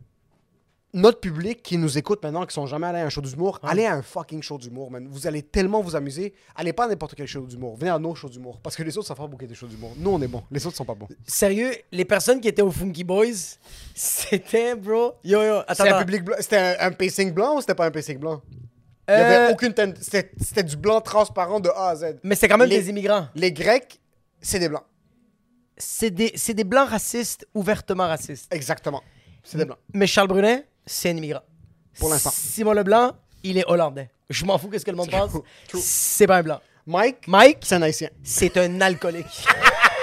C: notre public qui nous écoute maintenant, qui sont jamais allés à un show d'humour, allez à un fucking show d'humour, man. Vous allez tellement vous amuser. Allez pas à n'importe quel show d'humour. Venez à nos shows d'humour. Parce que les autres, ça fera bouquet des shows d'humour. Nous, on est bons. Les autres sont pas bons.
B: Sérieux, les personnes qui étaient au Funky Boys, c'était, bro. Yo, yo, attends.
C: C'était un
B: attends.
C: public blanc- C'était un, un pacing blanc ou c'était pas un pacing blanc? Il y avait
B: Euh,
C: aucune ten- C'était c'était du blanc transparent de A à Z.
B: Mais c'est quand même
C: Les-
B: des immigrants.
C: Les Grecs, c'est des blancs.
B: C'est des, c'est des blancs racistes, ouvertement racistes.
C: Exactement. C'est des blancs.
B: Mais Charles Brunet, c'est un immigrant.
C: Pour l'instant.
B: Simon Leblanc, il est hollandais. Je m'en fous qu'est-ce que le monde pense. C'est pas un blanc.
C: Mike,
B: Mike,
C: c'est un haïtien.
B: C'est un alcoolique.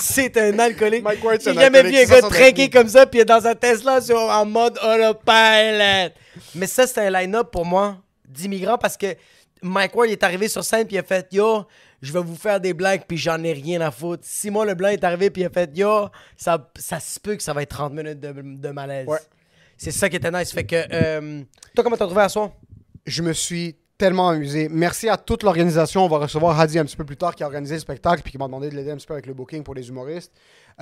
B: c'est un alcoolique. Mike
C: Ward, c'est
B: J'ai
C: un
B: jamais vu
C: alcoolique,
B: un gars
C: c'est ça son
B: trinquer
C: ethnie.
B: comme ça puis être dans un Tesla sur, en mode autopilot. Mais ça, c'est un line-up pour moi d'immigrants parce que Mike Ward est arrivé sur scène puis il a fait Yo, je vais vous faire des blagues puis j'en ai rien à foutre. Simon Leblanc est arrivé puis il a fait Yo, ça, ça se peut que ça va être 30 minutes de, de malaise. C'est ça qui était nice. Fait que, euh, toi, comment t'as trouvé à soir?
C: Je me suis tellement amusé. Merci à toute l'organisation. On va recevoir Hadi un petit peu plus tard qui a organisé le spectacle puis qui m'a demandé de l'aider un petit peu avec le booking pour les humoristes.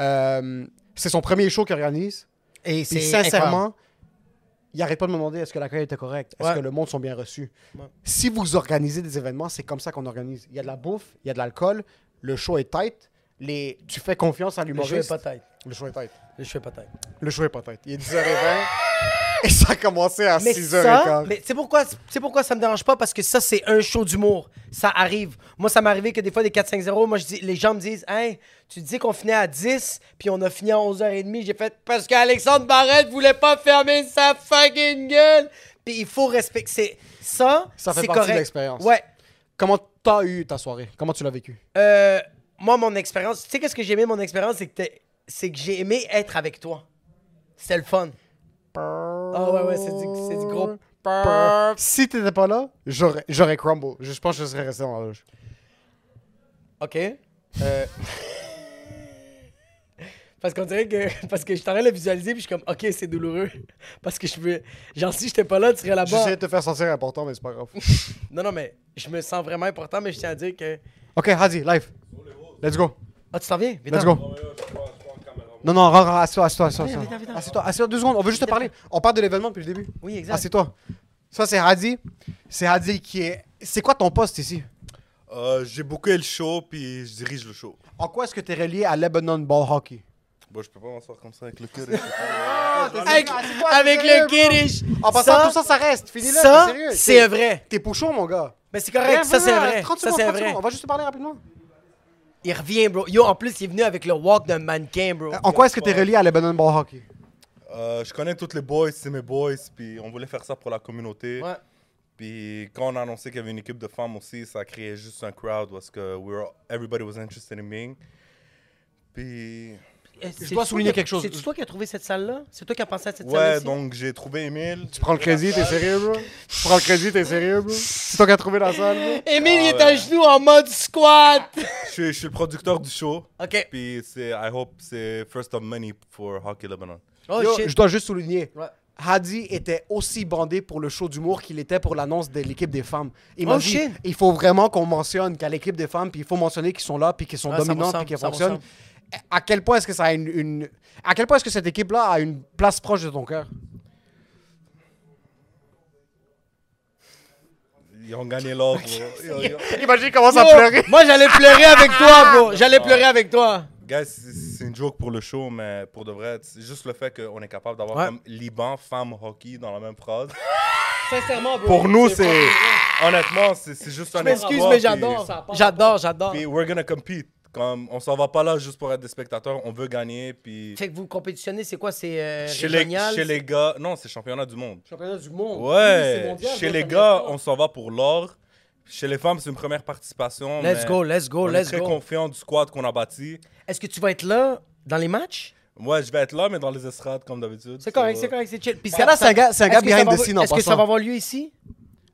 C: Euh, c'est son premier show qu'il organise.
B: Et
C: Puis
B: c'est
C: sincèrement,
B: incroyable.
C: il arrête pas de me demander est-ce que l'accueil était correct, est-ce
B: Ouais.
C: que le monde sont bien reçus. Si vous organisez des événements, c'est comme ça qu'on organise. Il y a de la bouffe, il y a de l'alcool, le show est tight, les... tu fais confiance à
B: Le
C: l'humoriste.
B: show est pas tête.
C: Le show est tight.
B: Le show est pas tête.
C: Le show est pas tight. Il est 10h20 et ça a commencé à
B: mais
C: 6h15.
B: ça, mais c'est pourquoi, c'est pourquoi ça me dérange pas parce que ça c'est un show d'humour. Ça arrive. Moi ça m'est arrivé que des fois des 4-5-0, moi je dis, les gens me disent, hey, tu dis qu'on finit à 10 puis on a fini à 11h30. J'ai fait parce qu'Alexandre Barrette voulait pas fermer sa fucking gueule. Puis il faut respecter c'est- ça.
C: Ça fait
B: c'est
C: partie
B: correct.
C: de l'expérience.
B: Ouais.
C: Comment t'as eu ta soirée? Comment tu l'as vécu?
B: Euh, moi, mon expérience, tu sais, qu'est-ce que j'ai aimé, mon expérience, c'est que, t'es- c'est que j'ai aimé être avec toi. C'était le fun. Ah ouais, ouais, c'est du, c'est du gros.
C: Euh, Si t'étais pas là, j'aurais j'aurais crumble. Je pense que je serais resté dans la loge.
B: OK. Euh, Parce qu'on dirait que. Parce que je t'en train de le visualiser, puis je suis comme, OK, c'est douloureux. Parce que je veux. Genre, si j'étais pas là, tu serais là-bas.
C: J'essayais de te faire sentir important, mais c'est pas grave.
B: Non, non, mais je me sens vraiment important, mais je tiens à dire que.
C: ok, Hadi, live. Let's go.
B: Ah, tu t'en viens? Viens-t'en.
C: Let's go. Non, non, rentre, assieds-toi, assieds-toi, assieds-toi.
B: Viens, viens, viens.
C: Assieds-toi, assieds-toi deux secondes, on veut juste te parler. On parle de l'événement depuis le début.
B: Oui, exact.
C: Assieds-toi. Ça, c'est Hadi. C'est Hadi qui est. C'est quoi ton poste ici?
A: Euh, J'ai booké le show, puis je dirige le show.
C: En quoi est-ce que t'es relié à Lebanon Ball Hockey?
A: Bon, je peux pas m'en sortir comme ça avec le cœur.
C: t'es sérieux.
B: Avec-
C: ah, C'est quoi, t'es
B: avec
C: sérieux,
B: le
C: bro?
B: kiddish.
C: En passant,
B: Ça-
C: tout ça, ça reste. Finis-le,
B: ça,
C: t'es sérieux.
B: c'est
C: T'es-
B: vrai.
C: T'es pochon, mon gars.
B: Mais c'est correct, ça, c'est vrai.
C: 30
B: Ça,
C: secondes,
B: c'est
C: 30
B: vrai.
C: secondes. On va juste se parler rapidement.
B: Il revient, bro. Yo, en plus, il est venu avec le walk d'un mannequin, bro.
C: Euh, En quoi est-ce que t'es relié à Lebanon Ball Hockey?
A: Euh, je connais tous les boys, c'est mes boys, puis on voulait faire ça pour la communauté.
B: Ouais.
A: Puis quand on a annoncé qu'il y avait une équipe de femmes aussi, ça créait juste un crowd parce que we were- everybody was interested in being. Puis.
B: C'est toi qui- C'est toi qui as trouvé cette salle-là? C'est toi qui as pensé à cette salle-là
A: Ouais,
B: aussi?
A: donc j'ai trouvé Emile. Tu
C: prends le crédit, t'es sérieux, bro? Tu prends le crédit, t'es sérieux, bro? C'est toi qui as trouvé la salle, bro?
B: Émile, il est
A: Ah
B: à
A: ouais. Ah.
B: genoux en mode squat!
A: Je suis, je suis le producteur du show.
B: OK.
A: Puis c'est, I hope c'est first of many for Hockey Lebanon.
B: Oh,
C: Yo, je dois juste souligner.
B: Ouais.
C: Hadi était aussi bandé pour le show d'humour qu'il était pour l'annonce de l'équipe des femmes. Il
B: Oh,
C: m'a dit,
B: shit.
C: il faut vraiment qu'on mentionne qu'à l'équipe des femmes, puis il faut mentionner qu'ils sont là, puis qu'ils sont
B: Ouais, ça me
C: dominantes,
B: semble,
C: puis qu'ils
B: ça me
C: fonctionnent. À quel point est-ce que ça a une, une- à quel point est-ce que cette équipe-là a une place proche de ton cœur
A: Ils ont gagné l'or. bro. Yo, yo.
C: Imagine comment ça
B: Yo,
C: pleurait.
B: Moi, j'allais pleurer avec toi, bro. J'allais
A: Ah.
B: pleurer avec toi.
A: Guys, c'est c'est une joke pour le show, mais pour de vrai, c'est juste le fait qu'on est capable d'avoir
B: Ouais.
A: comme Liban, femme, hockey dans la même phrase.
B: Sincèrement, bro.
A: Honnêtement, c'est c'est juste
B: Je
A: un
B: m'excuse,
A: exploit,
B: mais
A: puis-
B: j'adore. J'adore, j'adore.
A: Puis we're gonna compete. Comme, on s'en va pas là juste pour être des spectateurs, on veut gagner. Puis
B: Fait que vous compétitionnez, c'est quoi? C'est euh,
A: chez les,
B: régional?
A: chez les gars, non, c'est championnat du monde.
B: Championnat du monde. Oui, c'est
A: Ouais,
B: mondial,
A: chez
B: bro,
A: les
B: ça
A: gars, on s'en va pour l'or. Chez les femmes, c'est une première participation.
B: Let's
A: mais
B: go, let's go,
A: on
B: let's
A: est très
B: go.
A: confiant du squad qu'on a bâti.
B: Est-ce que tu vas être là dans les matchs?
A: Ouais, je vais être là, mais dans les estrades, comme d'habitude.
B: C'est correct,
A: Ça
B: c'est
A: va.
B: correct, c'est chill. Puis
A: Ouais, là, c'est un gars- c'est un
B: est-ce
A: gars
B: que
A: behind
B: ça va
A: the
B: avoir-
A: scene en
B: Est-ce que ça
A: passant.
B: va avoir lieu ici?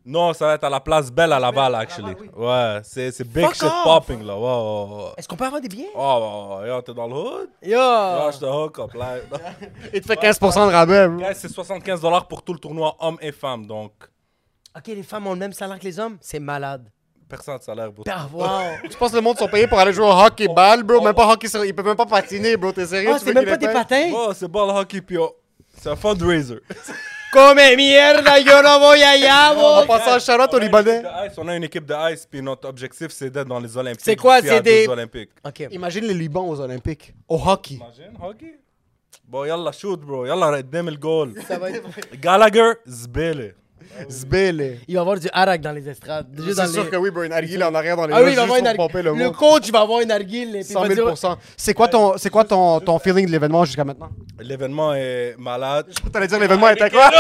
A: Non, ça va être à la place Belle à Laval, actually. Ouais, c'est c'est big
B: Fuck
A: shit
B: off.
A: popping, là. Ouais, ouais, ouais.
B: Est-ce qu'on peut avoir des billets?
A: Oh, yo, t'es dans le hood?
B: Yo!
A: Yo, je te hook up, là.
C: Il te fait 15% de rabais, bro.
A: Guys, c'est 75$ pour tout le tournoi, hommes et femmes, donc
B: Ok, les femmes ont le même salaire que les hommes? C'est malade.
A: personne de salaire, bro.
B: Ah, wow.
C: Je pense que le monde sont payés pour aller jouer au hockey ball, bro. Même pas hockey, sur- ils peuvent même pas patiner, bro. T'es sérieux
B: Ah,
C: Tu
B: c'est
C: veux
B: même
C: qu'ils
B: pas
C: les
B: des
C: payent?
B: patins?
A: Oh, c'est ball hockey, puis oh, c'est un fundraiser.
B: Come mierda, yo no voy allá,
C: En
B: bro.
C: passant, Charlotte au Libanais.
A: De ice, on a une équipe de ice, puis notre objectif, c'est d'être dans les Olympiques.
B: C'est quoi,
A: puis à
B: c'est des-
A: deux Olympiques.
C: Imagine les Libans aux Olympiques, au hockey.
A: Imagine, hockey. Bon, yalla, shoot, bro. Yalla, قدام الجول.
B: Ça va être-
A: Gallagher, zbele.
C: Zbele.
B: Il va y avoir du harak dans les estrades.
C: C'est sûr que oui, bro. Une arguille en arrière dans les
B: Ah oui, il va
C: juste
B: avoir une
C: pour pomper
B: arg-
C: le
B: Le
C: monde.
B: coach va avoir une arguille.
C: 100 000 C'est quoi ton, c'est quoi ton, ton feeling de l'événement jusqu'à maintenant?
A: L'événement est malade.
C: T'allais dire l'événement est incroyable.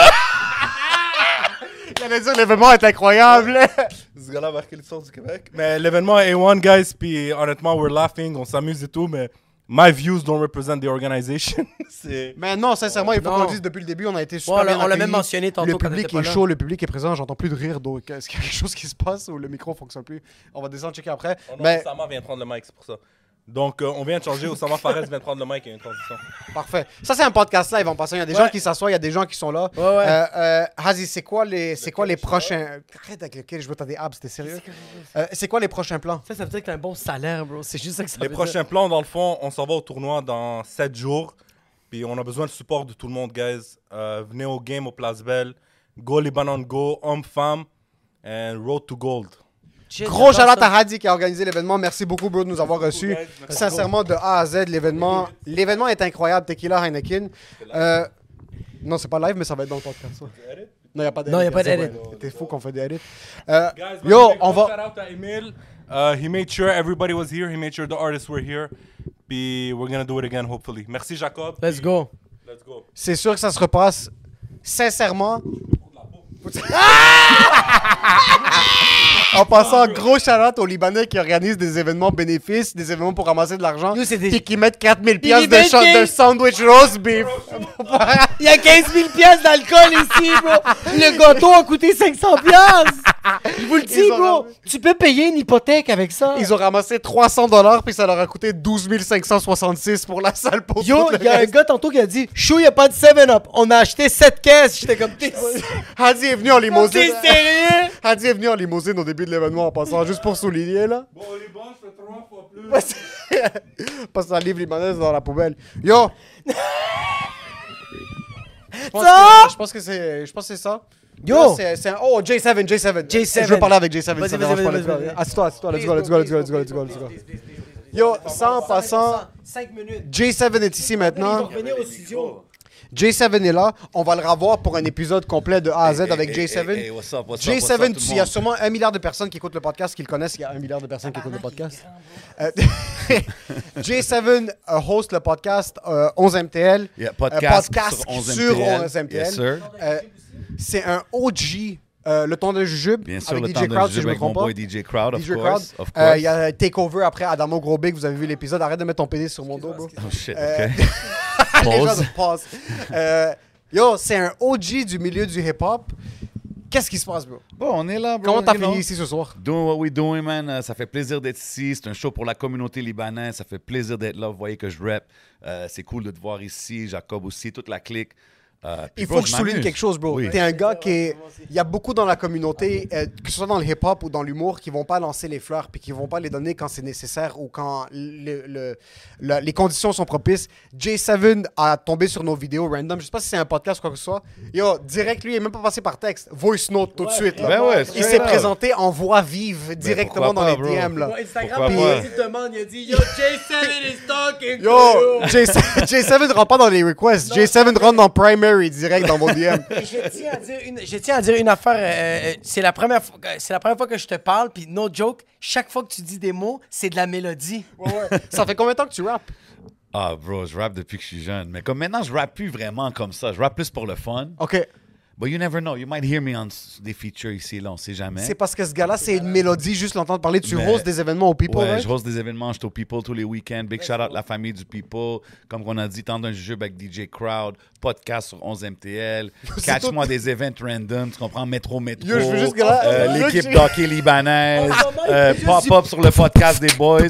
C: T'allais dire l'événement est incroyable.
A: Ce gars-là a marqué l'histoire du Québec. Mais l'événement est A1, guys, puis honnêtement, we're laughing, on s'amuse et tout, mais my views don't represent the organization. C'est-
C: Mais non, sincèrement, il faut
B: Non.
C: qu'on le dise depuis le début, on a été super
B: Ouais, on l'a-
C: bien
B: on l'a
C: accueillis.
B: même mentionné tantôt
C: Le
B: quand
C: public
B: t'étais
C: est
B: pas là.
C: chaud, le public est présent, j'entends plus de rire, donc est-ce qu'il y a quelque chose qui se passe ou le micro fonctionne plus? On va descendre checker après.
A: Oh non,
C: Mais
A: Oussama vient de prendre le mic, c'est pour ça. Donc, euh, on vient de changer. Oussama Fares vient de prendre le mic, il y a une transition.
C: parfait. Ça, c'est un podcast live en passant. Il y a des gens qui s'assoient, il y a des gens qui sont là. Euh, euh, Hazi, c'est quoi les, c'est quoi les prochains. Arrête avec lequel je veux t'as des abs, t'es sérieux? Euh, c'est quoi les prochains plans?
B: Ça, ça veut dire que t'as un bon salaire, bro. C'est juste ça que ça
A: Les
B: veut
A: prochains
B: dire.
A: plans, dans le fond, on s'en va au tournoi dans 7 jours. Puis on a besoin de support de tout le monde, guys. Euh, venez au game au Place Belle. Go Lebanon Go, hommes, femmes, and Road to Gold.
B: Shit,
C: Gros
B: j'adore
C: shout-out
B: ça.
C: à Hadi qui a organisé l'événement. Merci beaucoup, bro, de nous avoir reçus. Sincèrement, de A à Z, l'événement l'événement est incroyable. Tequila, Heineken. Euh, non, c'est pas live, mais ça va être dans le podcast. ouais. Non, il n'y a pas d'edit.
B: Non, y a pas
C: c'est
B: d'edit.
C: vrai. T'es fou qu'on fait des edits. Euh, yo, on va...
A: Shout out à Emile. Uh, he made sure everybody was here. He made sure the artists were here. Puis we're gonna do it again, hopefully. Merci, Jacob.
B: Let's go.
A: Let's go.
C: C'est sûr que ça se repasse. Sincèrement... En passant, gros shout-out aux Libanais qui organisent des événements bénéfices, des événements pour ramasser de l'argent, et qui mettent 4000 piastres de,
B: Ils
C: cha-
B: mettent
C: de sandwich roast beef.
B: Il y a 15 000 piastres d'alcool ici, bro. Le gâteau a coûté 500 piastres. Je vous le dis,
C: Ils ont
B: bro. Tu peux payer une hypothèque avec ça.
C: Ils ont ramassé 300 dollars puis ça leur a coûté 12 566 pour la salle pour
B: Yo,
C: tout le
B: il y a un
C: reste.
B: gars tantôt qui a dit Chou, il n'y a pas de 7-Up. On a acheté 7 caisses. J'étais comme T'es
C: Hadi est venu en limousine.
B: T'es sérieux?
C: Hadi est venu en limousine au début de l'événement en passant, juste pour souligner là.
A: Bon, les bons, je fais trois fois plus.
C: Parce que ça livre libanaise dans la poubelle. Yo! Je pense
B: Ça?
C: que- je pense que c'est je pense que c'est ça.
B: Yo!
C: Là, c'est- c'est un- oh J7 J7
B: J7.
C: Je veux parler avec J7.
B: Vas-y,
C: ça
B: vas-y,
C: dérange
B: vas-y,
C: pas,
B: vas-y,
C: let's go.
B: vas-y.
C: Assis-toi, assis-toi, let's go, let's go, let's go, let's go, let's go, let's go. Yo, ça en passant,
B: 5 minutes.
C: J7 est ici maintenant.
B: Ils vont revenir au studio.
C: J7 est là. On va le revoir pour un épisode complet de A à Z
D: Hey,
C: avec
D: hey,
C: J7.
D: hey, hey, what's up, what's up, what's up, tout
C: J7,
D: le
C: tu- il y a
D: monde?
C: sûrement un milliard de personnes qui écoutent le podcast qui le connaissent. Il y a un milliard de personnes qui écoutent le podcast. Euh, J7 euh, host le podcast euh, 11MTL.
D: Yeah,
C: Euh,
D: podcast sur
C: sur
D: 11MTL.
C: 11MTL.
D: Yes, sir.
C: Euh, c'est un OG. euh, le temps de jujube
D: Bien sûr,
C: avec
D: le
C: DJ
D: temps de
C: Crowd,
D: jujube
C: si je me
D: avec mon
C: trompe pas.
D: boy DJ Crowd, of
C: DJ
D: course,
C: Crowd.
D: of
C: Euh,
D: course.
C: Il y a Takeover après Adamo Grosbé que vous avez vu l'épisode. Arrête de mettre ton pénis sur mon dos, bro.
D: Oh shit,
C: Euh,
D: ok.
C: les gens
D: Pause.
C: se passent. Euh, yo, c'est un OG du milieu du hip-hop. Qu'est-ce qui se passe, bro?
D: Bon, on est là, bro.
C: Comment t'as
D: You know?
C: fini ici ce soir?
D: Doing what we doing, man. Euh, ça fait plaisir d'être ici. C'est un show pour la communauté libanaise. Ça fait plaisir d'être là. Vous voyez que je rap. Euh, c'est cool de te voir ici. Jacob aussi, toute la clique. Euh, puis,
C: Il
D: bro,
C: faut que je
D: je
C: souligne
D: m'amuse.
C: quelque chose, bro.
D: Oui.
C: T'es un gars qui est. Il y a beaucoup dans la communauté, euh, que ce soit dans le hip-hop ou dans l'humour, qui vont pas lancer les fleurs puis qui vont pas les donner quand c'est nécessaire ou quand le- le- la- les conditions sont propices. J7 a tombé sur nos vidéos random. Je sais pas si c'est un podcast ou quoi que ce soit. Yo, direct, lui, il est même pas passé par texte. Voice note tout de suite. là.
D: Ben ouais,
C: il
D: straight
C: s'est
D: up.
C: présenté en voix vive directement
D: pourquoi
C: dans
D: pas,
C: les
D: bro?
C: DM. Là.
D: Ouais,
A: Instagram,
D: Pourquoi
A: il
D: pas?
A: a dit, demande, il a dit Yo, J7 is talking to
C: Yo,
A: you.
C: J7, J7 rentre pas dans les requests. J7 rentre dans primary direct dans vos DM.
B: Et je tiens à dire une, je tiens à dire une affaire. euh, euh, c'est la première, fois- euh, c'est la première fois que je te parle. Puis no joke, chaque fois que tu dis des mots, c'est de la mélodie.
C: Ça fait combien de temps que tu rappes?
D: Ah, bro, je rappe depuis que je suis jeune. Mais comme maintenant, je rappe plus vraiment comme ça. Je rappe plus pour le fun.
C: OK.
D: But you never know. You might hear me on s- des features ici et là. On sait jamais.
C: C'est parce que ce gars-là, c'est une mélodie, juste l'entendre parler. Tu
D: Mais-
C: roses des événements au people, hein?
D: Ouais,
C: right?
D: je host des événements. Je suis au People tous les week-ends. Big shout-out la famille du People. Comme on a dit, tendre un jujube avec DJ Crowd, podcast sur 11MTL, catch-moi des events random, tu comprends? Métro, métro.
C: Yo, je veux juste que là-
D: euh,
C: je veux
D: L'équipe
C: que j'ai-
D: d'hockey libanaise,
C: En ce moment,
D: euh,
C: je veux juste-
D: pop-up sur le podcast des boys.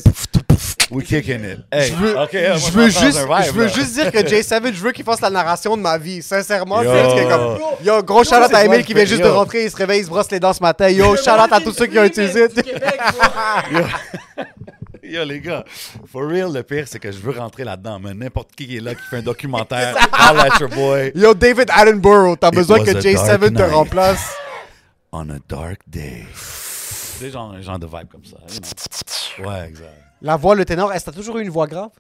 D: We kicking it. Hey,
C: Je veux,
D: ok, euh, moi,
C: je
D: je
C: veux
D: rentre dans
C: juste,
D: un vibe,
C: je veux
D: là.
C: juste dire que Jay Savage, je veux qu'il fasse la narration de ma vie. Sincèrement,
D: Yo.
C: c'est juste que comme. Yo, gros shout-out
D: Yo, c'est
C: à
D: quoi
C: Emile
D: le
C: qui vient juste de
D: yo.
C: rentrer, il se réveille, il se brosse les dents ce matin. Yo, shout-out à tous ceux qui ont utilisé.
D: Yo, les gars, for real, le pire, c'est que je veux rentrer là-dedans, mais n'importe qui est là qui fait un documentaire, holla at your boy.
C: Yo, David Attenborough, t'as
D: It
C: besoin
D: was
C: que
D: a
C: Jay
D: dark
C: Savage te
D: night.
C: remplace.
D: On a dark day. C'est genre un genre de vibe comme ça. you know. Ouais, exact.
C: La voix, le ténor, est-ce que t'as toujours eu une voix grave?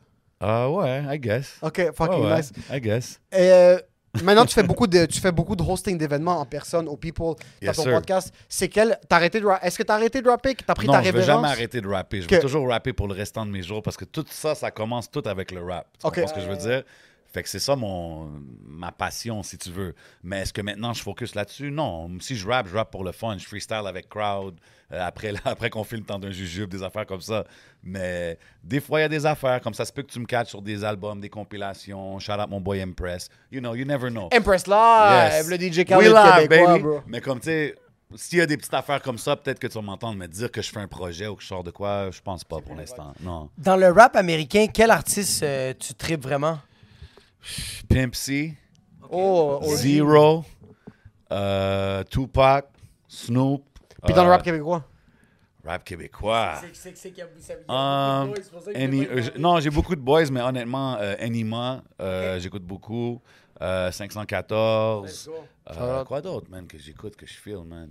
D: Ah ouais, I guess.
C: Ok, fucking
D: Oh, Ouais, ouais,
C: nice.
D: I guess.
C: Et, euh, maintenant, tu fais beaucoup de, tu fais beaucoup de hosting d'événements en personne au People. T'as
D: Yes,
C: ton
D: sir.
C: podcast. C'est quel T'as arrêté de ra- Est-ce que t'as arrêté de rapper T'as pris
D: non,
C: ta
D: je
C: révérence
D: vais jamais arrêter de rapper. Je
C: Que-
D: vais toujours rapper pour le restant de mes jours parce que tout ça, ça commence tout avec le rap. Tu
C: Ok.
D: comprends ce que je veux dire? Fait que c'est ça mon, ma passion, si tu veux. Mais est-ce que maintenant je focus là-dessus? Non. Si je rappe, je rappe pour le fun. Je freestyle avec crowd. euh, après après qu'on filme tant d'un jujube, des affaires comme ça. Mais des fois, il y a des affaires comme ça. Ça se peut que tu me catches sur des albums, des compilations. Shout out mon boy Impress. You know, you never know.
C: Impress Live,
D: Yes.
C: Ah, le DJ
D: We
C: Khaled
D: live,
C: québécois,
D: baby.
C: bro.
D: Mais comme tu sais, s'il y a des petites affaires comme ça, peut-être que tu vas m'entendre me dire que je fais un projet ou que je sors de quoi, je pense pas pour l'instant. Non.
B: Dans le rap américain, quel artiste euh, tu tripes vraiment?
D: Pimp C,
C: Oh, oh,
D: Zero, euh, Tupac, Snoop.
C: Puis dans le
D: euh,
C: rap québécois.
D: Rap québécois.
B: qui a
D: Um, Any- euh, j- non, j'ai beaucoup de boys, mais honnêtement, euh, Anima, euh, j'écoute beaucoup. Euh, 514.
C: Let's go.
D: euh,
C: Shout out.
D: quoi d'autre, man, que j'écoute, que je feel, man?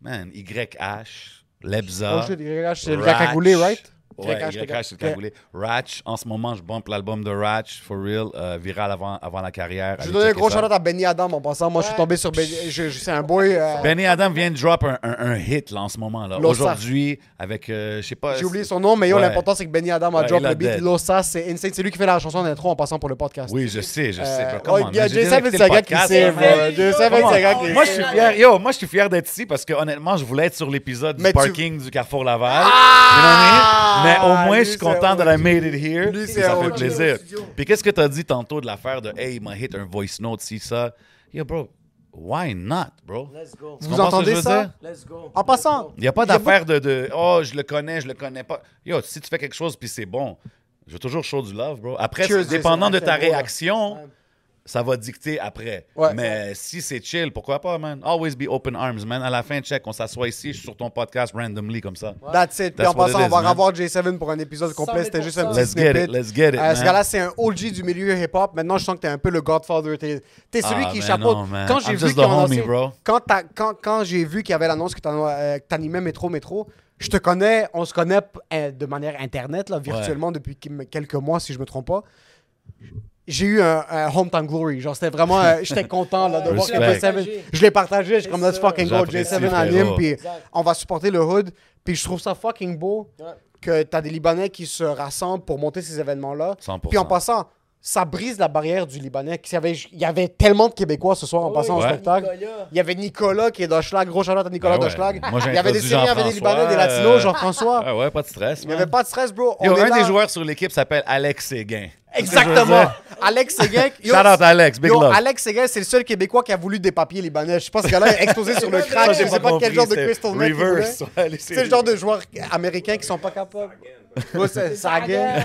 D: Man, YH, Lebza.
C: Oh shit, YH, c'est le gars cagoulé,
D: Ratch.
C: right?
D: Ouais,
C: YH, le gars-
D: YH, c'est le cagoulé. Ratch, en ce moment, je bump l'album de Ratch, for real, euh, viral avant, avant la carrière.
C: Je
D: Allez
C: vais donner un
D: checker
C: gros
D: ça.
C: shout-out à Benny Adam en passant. Moi, je suis tombé sur Benny. je- je- C'est un boy. euh,
D: Benny Adam vient de drop un, un- un hit là, en ce moment. là.
C: Lossard.
D: Aujourd'hui, avec, euh, je sais pas.
C: J'ai oublié son nom, mais yo,
D: Ouais.
C: l'important, c'est que Benny Adam a
D: Ouais,
C: drop
D: il a
C: le beat.
D: dead.
C: Losa, c'est insane. C'est lui qui fait la chanson d'intro en passant pour le podcast.
D: Oui, je sais, je sais.
C: Euh,
D: mais come
C: ouais,
D: on,
C: y a
D: man, j'ai
C: Jay Savage, c'est
D: déjà écouté
C: un
D: le
C: gars qui
D: podcast.
C: sait, bro.
D: Hey,
C: Jay
D: yo,
C: Savage,
D: come
C: c'est un gars
D: on.
C: qui
D: Moi, je suis fier. Yo, moi, je suis fier d'être ici parce que honnêtement, je voulais être sur l'épisode du parking du Carrefour Laval.
C: Ah!
D: You know what I mean? Mais au moins, je suis content de la made it here.
C: Lui, c'est
D: ça
C: un
D: fait
C: OG.
D: plaisir. Puis qu'est-ce que t'as dit tantôt de l'affaire de Hey, il m'a hit un voice note si ça. Yo, bro, why not, bro?
B: Let's go.
D: Tu
C: Vous
D: comprends ce que je
C: entendez
D: veux
C: ça?
D: dire?
B: Let's go.
C: En passant.
D: Il n'y a pas d'affaire de, de Oh, je le connais, je le connais pas. Yo, si tu fais quelque chose puis c'est bon, je veux toujours show du love, bro. Après,
C: Cheers,
D: c'est dépendant
C: c'est-
D: de
C: c'est
D: ta
C: beau, là.
D: réaction, ça va dicter après. Mais si c'est chill, pourquoi pas, man? Always be open arms, man. À la fin, check, on s'assoit ici, je suis sur ton podcast randomly comme ça.
C: That's it. Puis en
D: what it
C: passant, on
D: is,
C: va
D: man.
C: revoir J7 pour un épisode complet. C'était juste un petit
D: Let's get
C: snippet.
D: it, let's get it,
C: Euh, ce
D: man.
C: gars-là, c'est un OG du milieu hip-hop. Maintenant, je sens que t'es un peu le Godfather. T'es t'es celui
D: Ah,
C: qui
D: man,
C: chapeaute.
D: non, man.
C: Quand j'ai
D: I'm
C: vu
D: just
C: qu'on
D: the homie,
C: lançait-
D: bro.
C: quand, t'as- quand, quand j'ai vu qu'il y avait l'annonce que t'en- euh, que t'animais Métro Métro, je te connais, on se connaît euh, de manière internet, là, virtuellement, depuis qui- quelques mois, si je me trompe pas. j'ai eu un, un hometown glory. Genre, c'était vraiment. euh, J'étais content là, de voir que
I: Respect.
C: J7. Je l'ai partagé. Je suis comme, let's fucking go.
I: J'apprécie,
C: J7 en
I: frérot.
C: ligne. Puis
I: Exact.
C: on va supporter le hood. Puis je trouve ça fucking beau que t'as des Libanais qui se rassemblent pour monter ces événements-là.
I: 100%.
C: Puis en passant, ça brise la barrière du Libanais. Il y avait, il y avait tellement de Québécois ce soir en passant au
I: Ouais.
C: spectacle. Oh Il y avait Nicolas qui est d'Oschlag. Gros shout-out à Nicolas
I: Ben ouais.
C: d'Oschlag.
I: Moi, j'ai
C: Il y avait des
I: introduit
C: Syriens, il y avait des
I: Jean-François,
C: Libanais, des
I: euh,
C: Latinos, Jean-François.
I: Ah ouais, pas de stress.
C: Il n'y avait pas de stress, bro.
I: Yo,
C: On est
I: un
C: là.
I: des joueurs sur l'équipe s'appelle Alex Séguin.
C: Exactement. Alex Seguin.
I: Shout out Alex, big
C: yo,
I: love.
C: Alex Seguin, c'est le seul Québécois qui a voulu des papiers libanais. Je pense que là, il a explosé sur le crack.
I: Ça,
C: Je
I: j'ai pas
C: sais pas quel
I: compris,
C: genre de
I: c'était
C: crystal meth il voulait.
I: reverse. Ouais, les
C: C'est le genre de joueurs américains qui sont pas capables. Ouais, c'est- ça againe.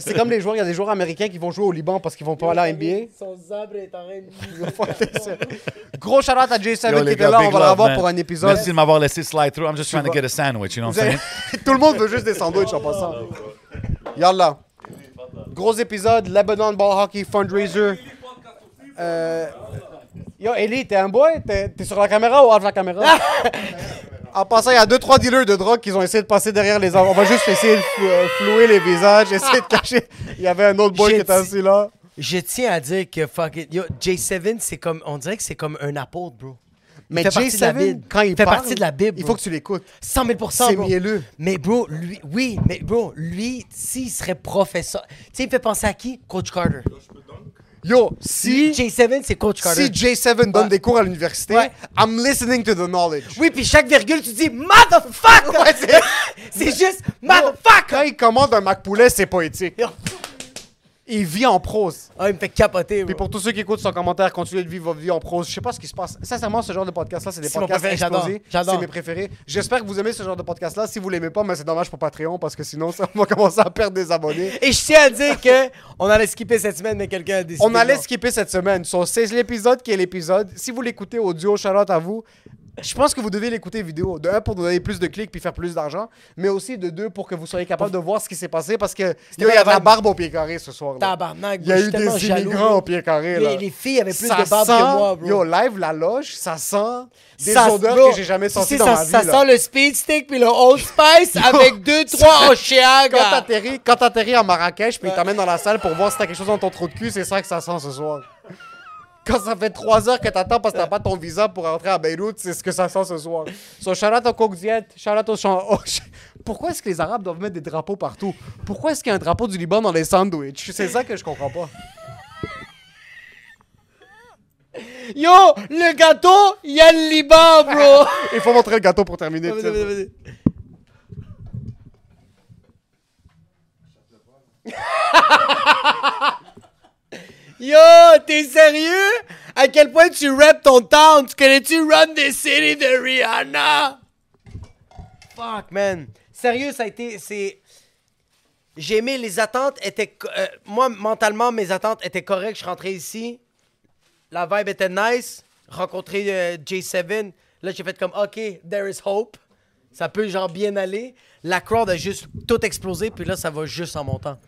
C: C'est comme les joueurs, il y a des joueurs américains qui vont jouer au Liban parce qu'ils vont pas aller à NBA.
B: Son zabre est en train de-
C: Gros shout out à
I: Yo,
C: J7 qui
I: les
C: était
I: gars,
C: là, on
I: big
C: va
I: love,
C: l'avoir
I: man.
C: pour un épisode.
I: Merci de m'avoir laissé slide through. I'm just trying to
C: vas-
I: get a sandwich, you know what
C: Vous
I: I'm
C: avez-
I: saying?
C: Tout le monde veut juste des sandwichs en passant. Yallah. Gros épisode, Lebanon Ball Hockey Fundraiser. Euh, Yo, Ellie, t'es un boy? T'es t'es sur la caméra ou off la caméra? en passant, il y a 2-3 dealers de drogue qui ont essayé de passer derrière les arbres. On va juste essayer de flou- euh, flouer les visages, essayer de cacher. Il y avait un autre boy
B: J'ai
C: qui était
B: dit-
C: assis là.
B: Je tiens à dire que fuck it. Yo, J7, c'est comme. On dirait que c'est comme un apôtre, bro. Il
C: Mais
B: fait partie de la
C: J7,
B: Bible.
C: quand il
B: fait
C: parle,
B: partie de la Bible.
C: il
B: bro.
C: faut que tu l'écoutes.
B: 100 000
C: C'est
B: bro.
C: mielleux.
B: Mais bro, lui, oui, mais bro, lui, s'il serait professeur. Tu sais, il fait penser à qui Coach Carter.
C: Yo, si.
B: J7, c'est Coach Carter.
C: Si J7 donne des cours à l'université, I'm listening to the knowledge.
B: Oui, puis chaque virgule, tu dis motherfucker! c'est juste motherfucker!
C: Quand il commande un Mac Poulet, c'est poétique. Il vit en prose.
B: Ah, il me fait capoter.
C: Puis pour tous ceux qui écoutent son commentaire, continuez de vivre votre vie en prose. Je sais pas ce qui se passe. Sincèrement, ce genre de podcast-là, c'est des
B: C'est mon
C: podcasts
B: préféré, j'adore,
C: explosés.
B: j'adore.
C: C'est mes préférés. J'espère que vous aimez ce genre de podcast-là. Si vous l'aimez pas, mais c'est dommage pour Patreon parce que sinon, ça, on va commencer à perdre des abonnés.
B: Et je tiens à dire que on allait skipper cette semaine, mais quelqu'un a décidé.
C: On allait
B: non.
C: skipper cette semaine. So, c'est l'épisode qui est l'épisode. Si vous l'écoutez audio, Charlotte à vous. Je pense que vous devez l'écouter vidéo. De un, pour nous donner plus de clics puis faire plus d'argent. Mais aussi de deux, pour que vous soyez capable de voir ce qui s'est passé parce que yo, il y
B: pas la
C: avait la
B: vibe.
C: barbe au pied carré ce soir. là.
B: Tabarnak,
C: Il y a
B: bro, je
C: eu
B: suis tellement
C: des
B: jaloux,
C: immigrants
B: bro.
C: au pied carré.
B: Les-
C: là.
B: les filles avaient plus
C: Ça
B: de barbe que
C: sent-
B: moi, bro.
C: Yo, live la loge, ça sent des
B: Ça-
C: odeurs
B: bro,
C: que j'ai jamais
B: tu
C: senties
B: sais,
C: dans
B: ça,
C: ma vie.
B: Ça
C: là.
B: sent le speed stick puis le Old Spice avec deux, trois
C: Quand
B: Oceaga.
C: t'atterris, quand t'atterris à Marrakech, puis ils t'amènent dans la salle pour voir si t'as quelque chose dans ton trou de cul, c'est ça que ça sent ce soir. Quand ça fait trois heures que t'attends parce que t'as pas ton visa pour rentrer à Beyrouth, c'est ce que ça sent ce soir. So, shout-out aux coke diètes, shout-out aux champs. oh, ch- Pourquoi est-ce que les Arabes doivent mettre des drapeaux partout? Pourquoi est-ce qu'il y a un drapeau du Liban dans les sandwichs? C'est ça que je comprends pas.
B: Yo, le gâteau, il y a le Liban, bro.
C: Il faut montrer le gâteau pour terminer.
B: Vas-y,
C: tu sais.
B: vas-y, vas-y. Yo, t'es sérieux? À quel point tu rap ton town? Tu connais-tu Run the City de Rihanna? Fuck, man. Sérieux, ça a été. C'est. J'ai aimé les attentes. étaient co- euh, moi, mentalement, mes attentes étaient correctes. Je suis rentré ici. La vibe était nice. Rencontrer euh, J7. Là, j'ai fait comme OK, there is hope. Ça peut, genre, bien aller. La crowd a juste tout explosé. Puis là, ça va juste en montant.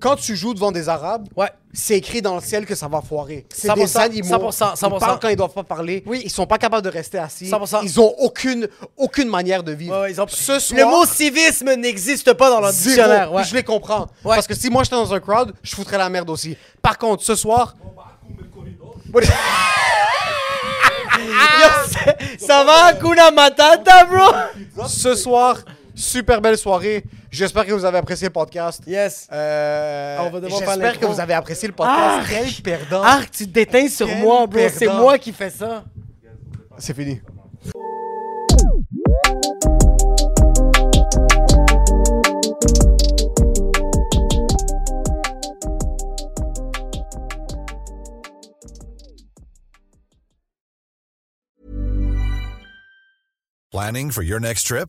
C: Quand tu joues devant des Arabes, c'est écrit dans le ciel que ça va foirer. C'est
B: 100%,
C: des animaux.
B: 100%, 100%.
C: Ils parlent quand ils doivent pas parler. Ils sont pas capables de rester assis.
B: 100%.
C: Ils ont aucune, aucune manière de vivre. Ce soir,
B: Le mot civisme n'existe pas dans leur
C: zéro.
B: dictionnaire. ouais.
C: Puis Je les comprends. Parce que si moi j'étais dans un crowd, je foutrais la merde aussi. Par contre, ce soir.
B: ça va, Kuna Matata, hein, bro?
C: Ce soir, super belle soirée. J'espère que vous avez apprécié le podcast.
B: Yes.
C: Euh,
B: On va devoir faire
C: J'espère que
B: l'intro.
C: vous avez apprécié le podcast.
B: Arc.
C: Quel perdant.
B: Arc, tu te déteins sur
C: Quel
B: moi, bro. C'est
C: perdant.
B: moi qui fais ça. Ah.
C: C'est fini.
J: Planning for your next trip?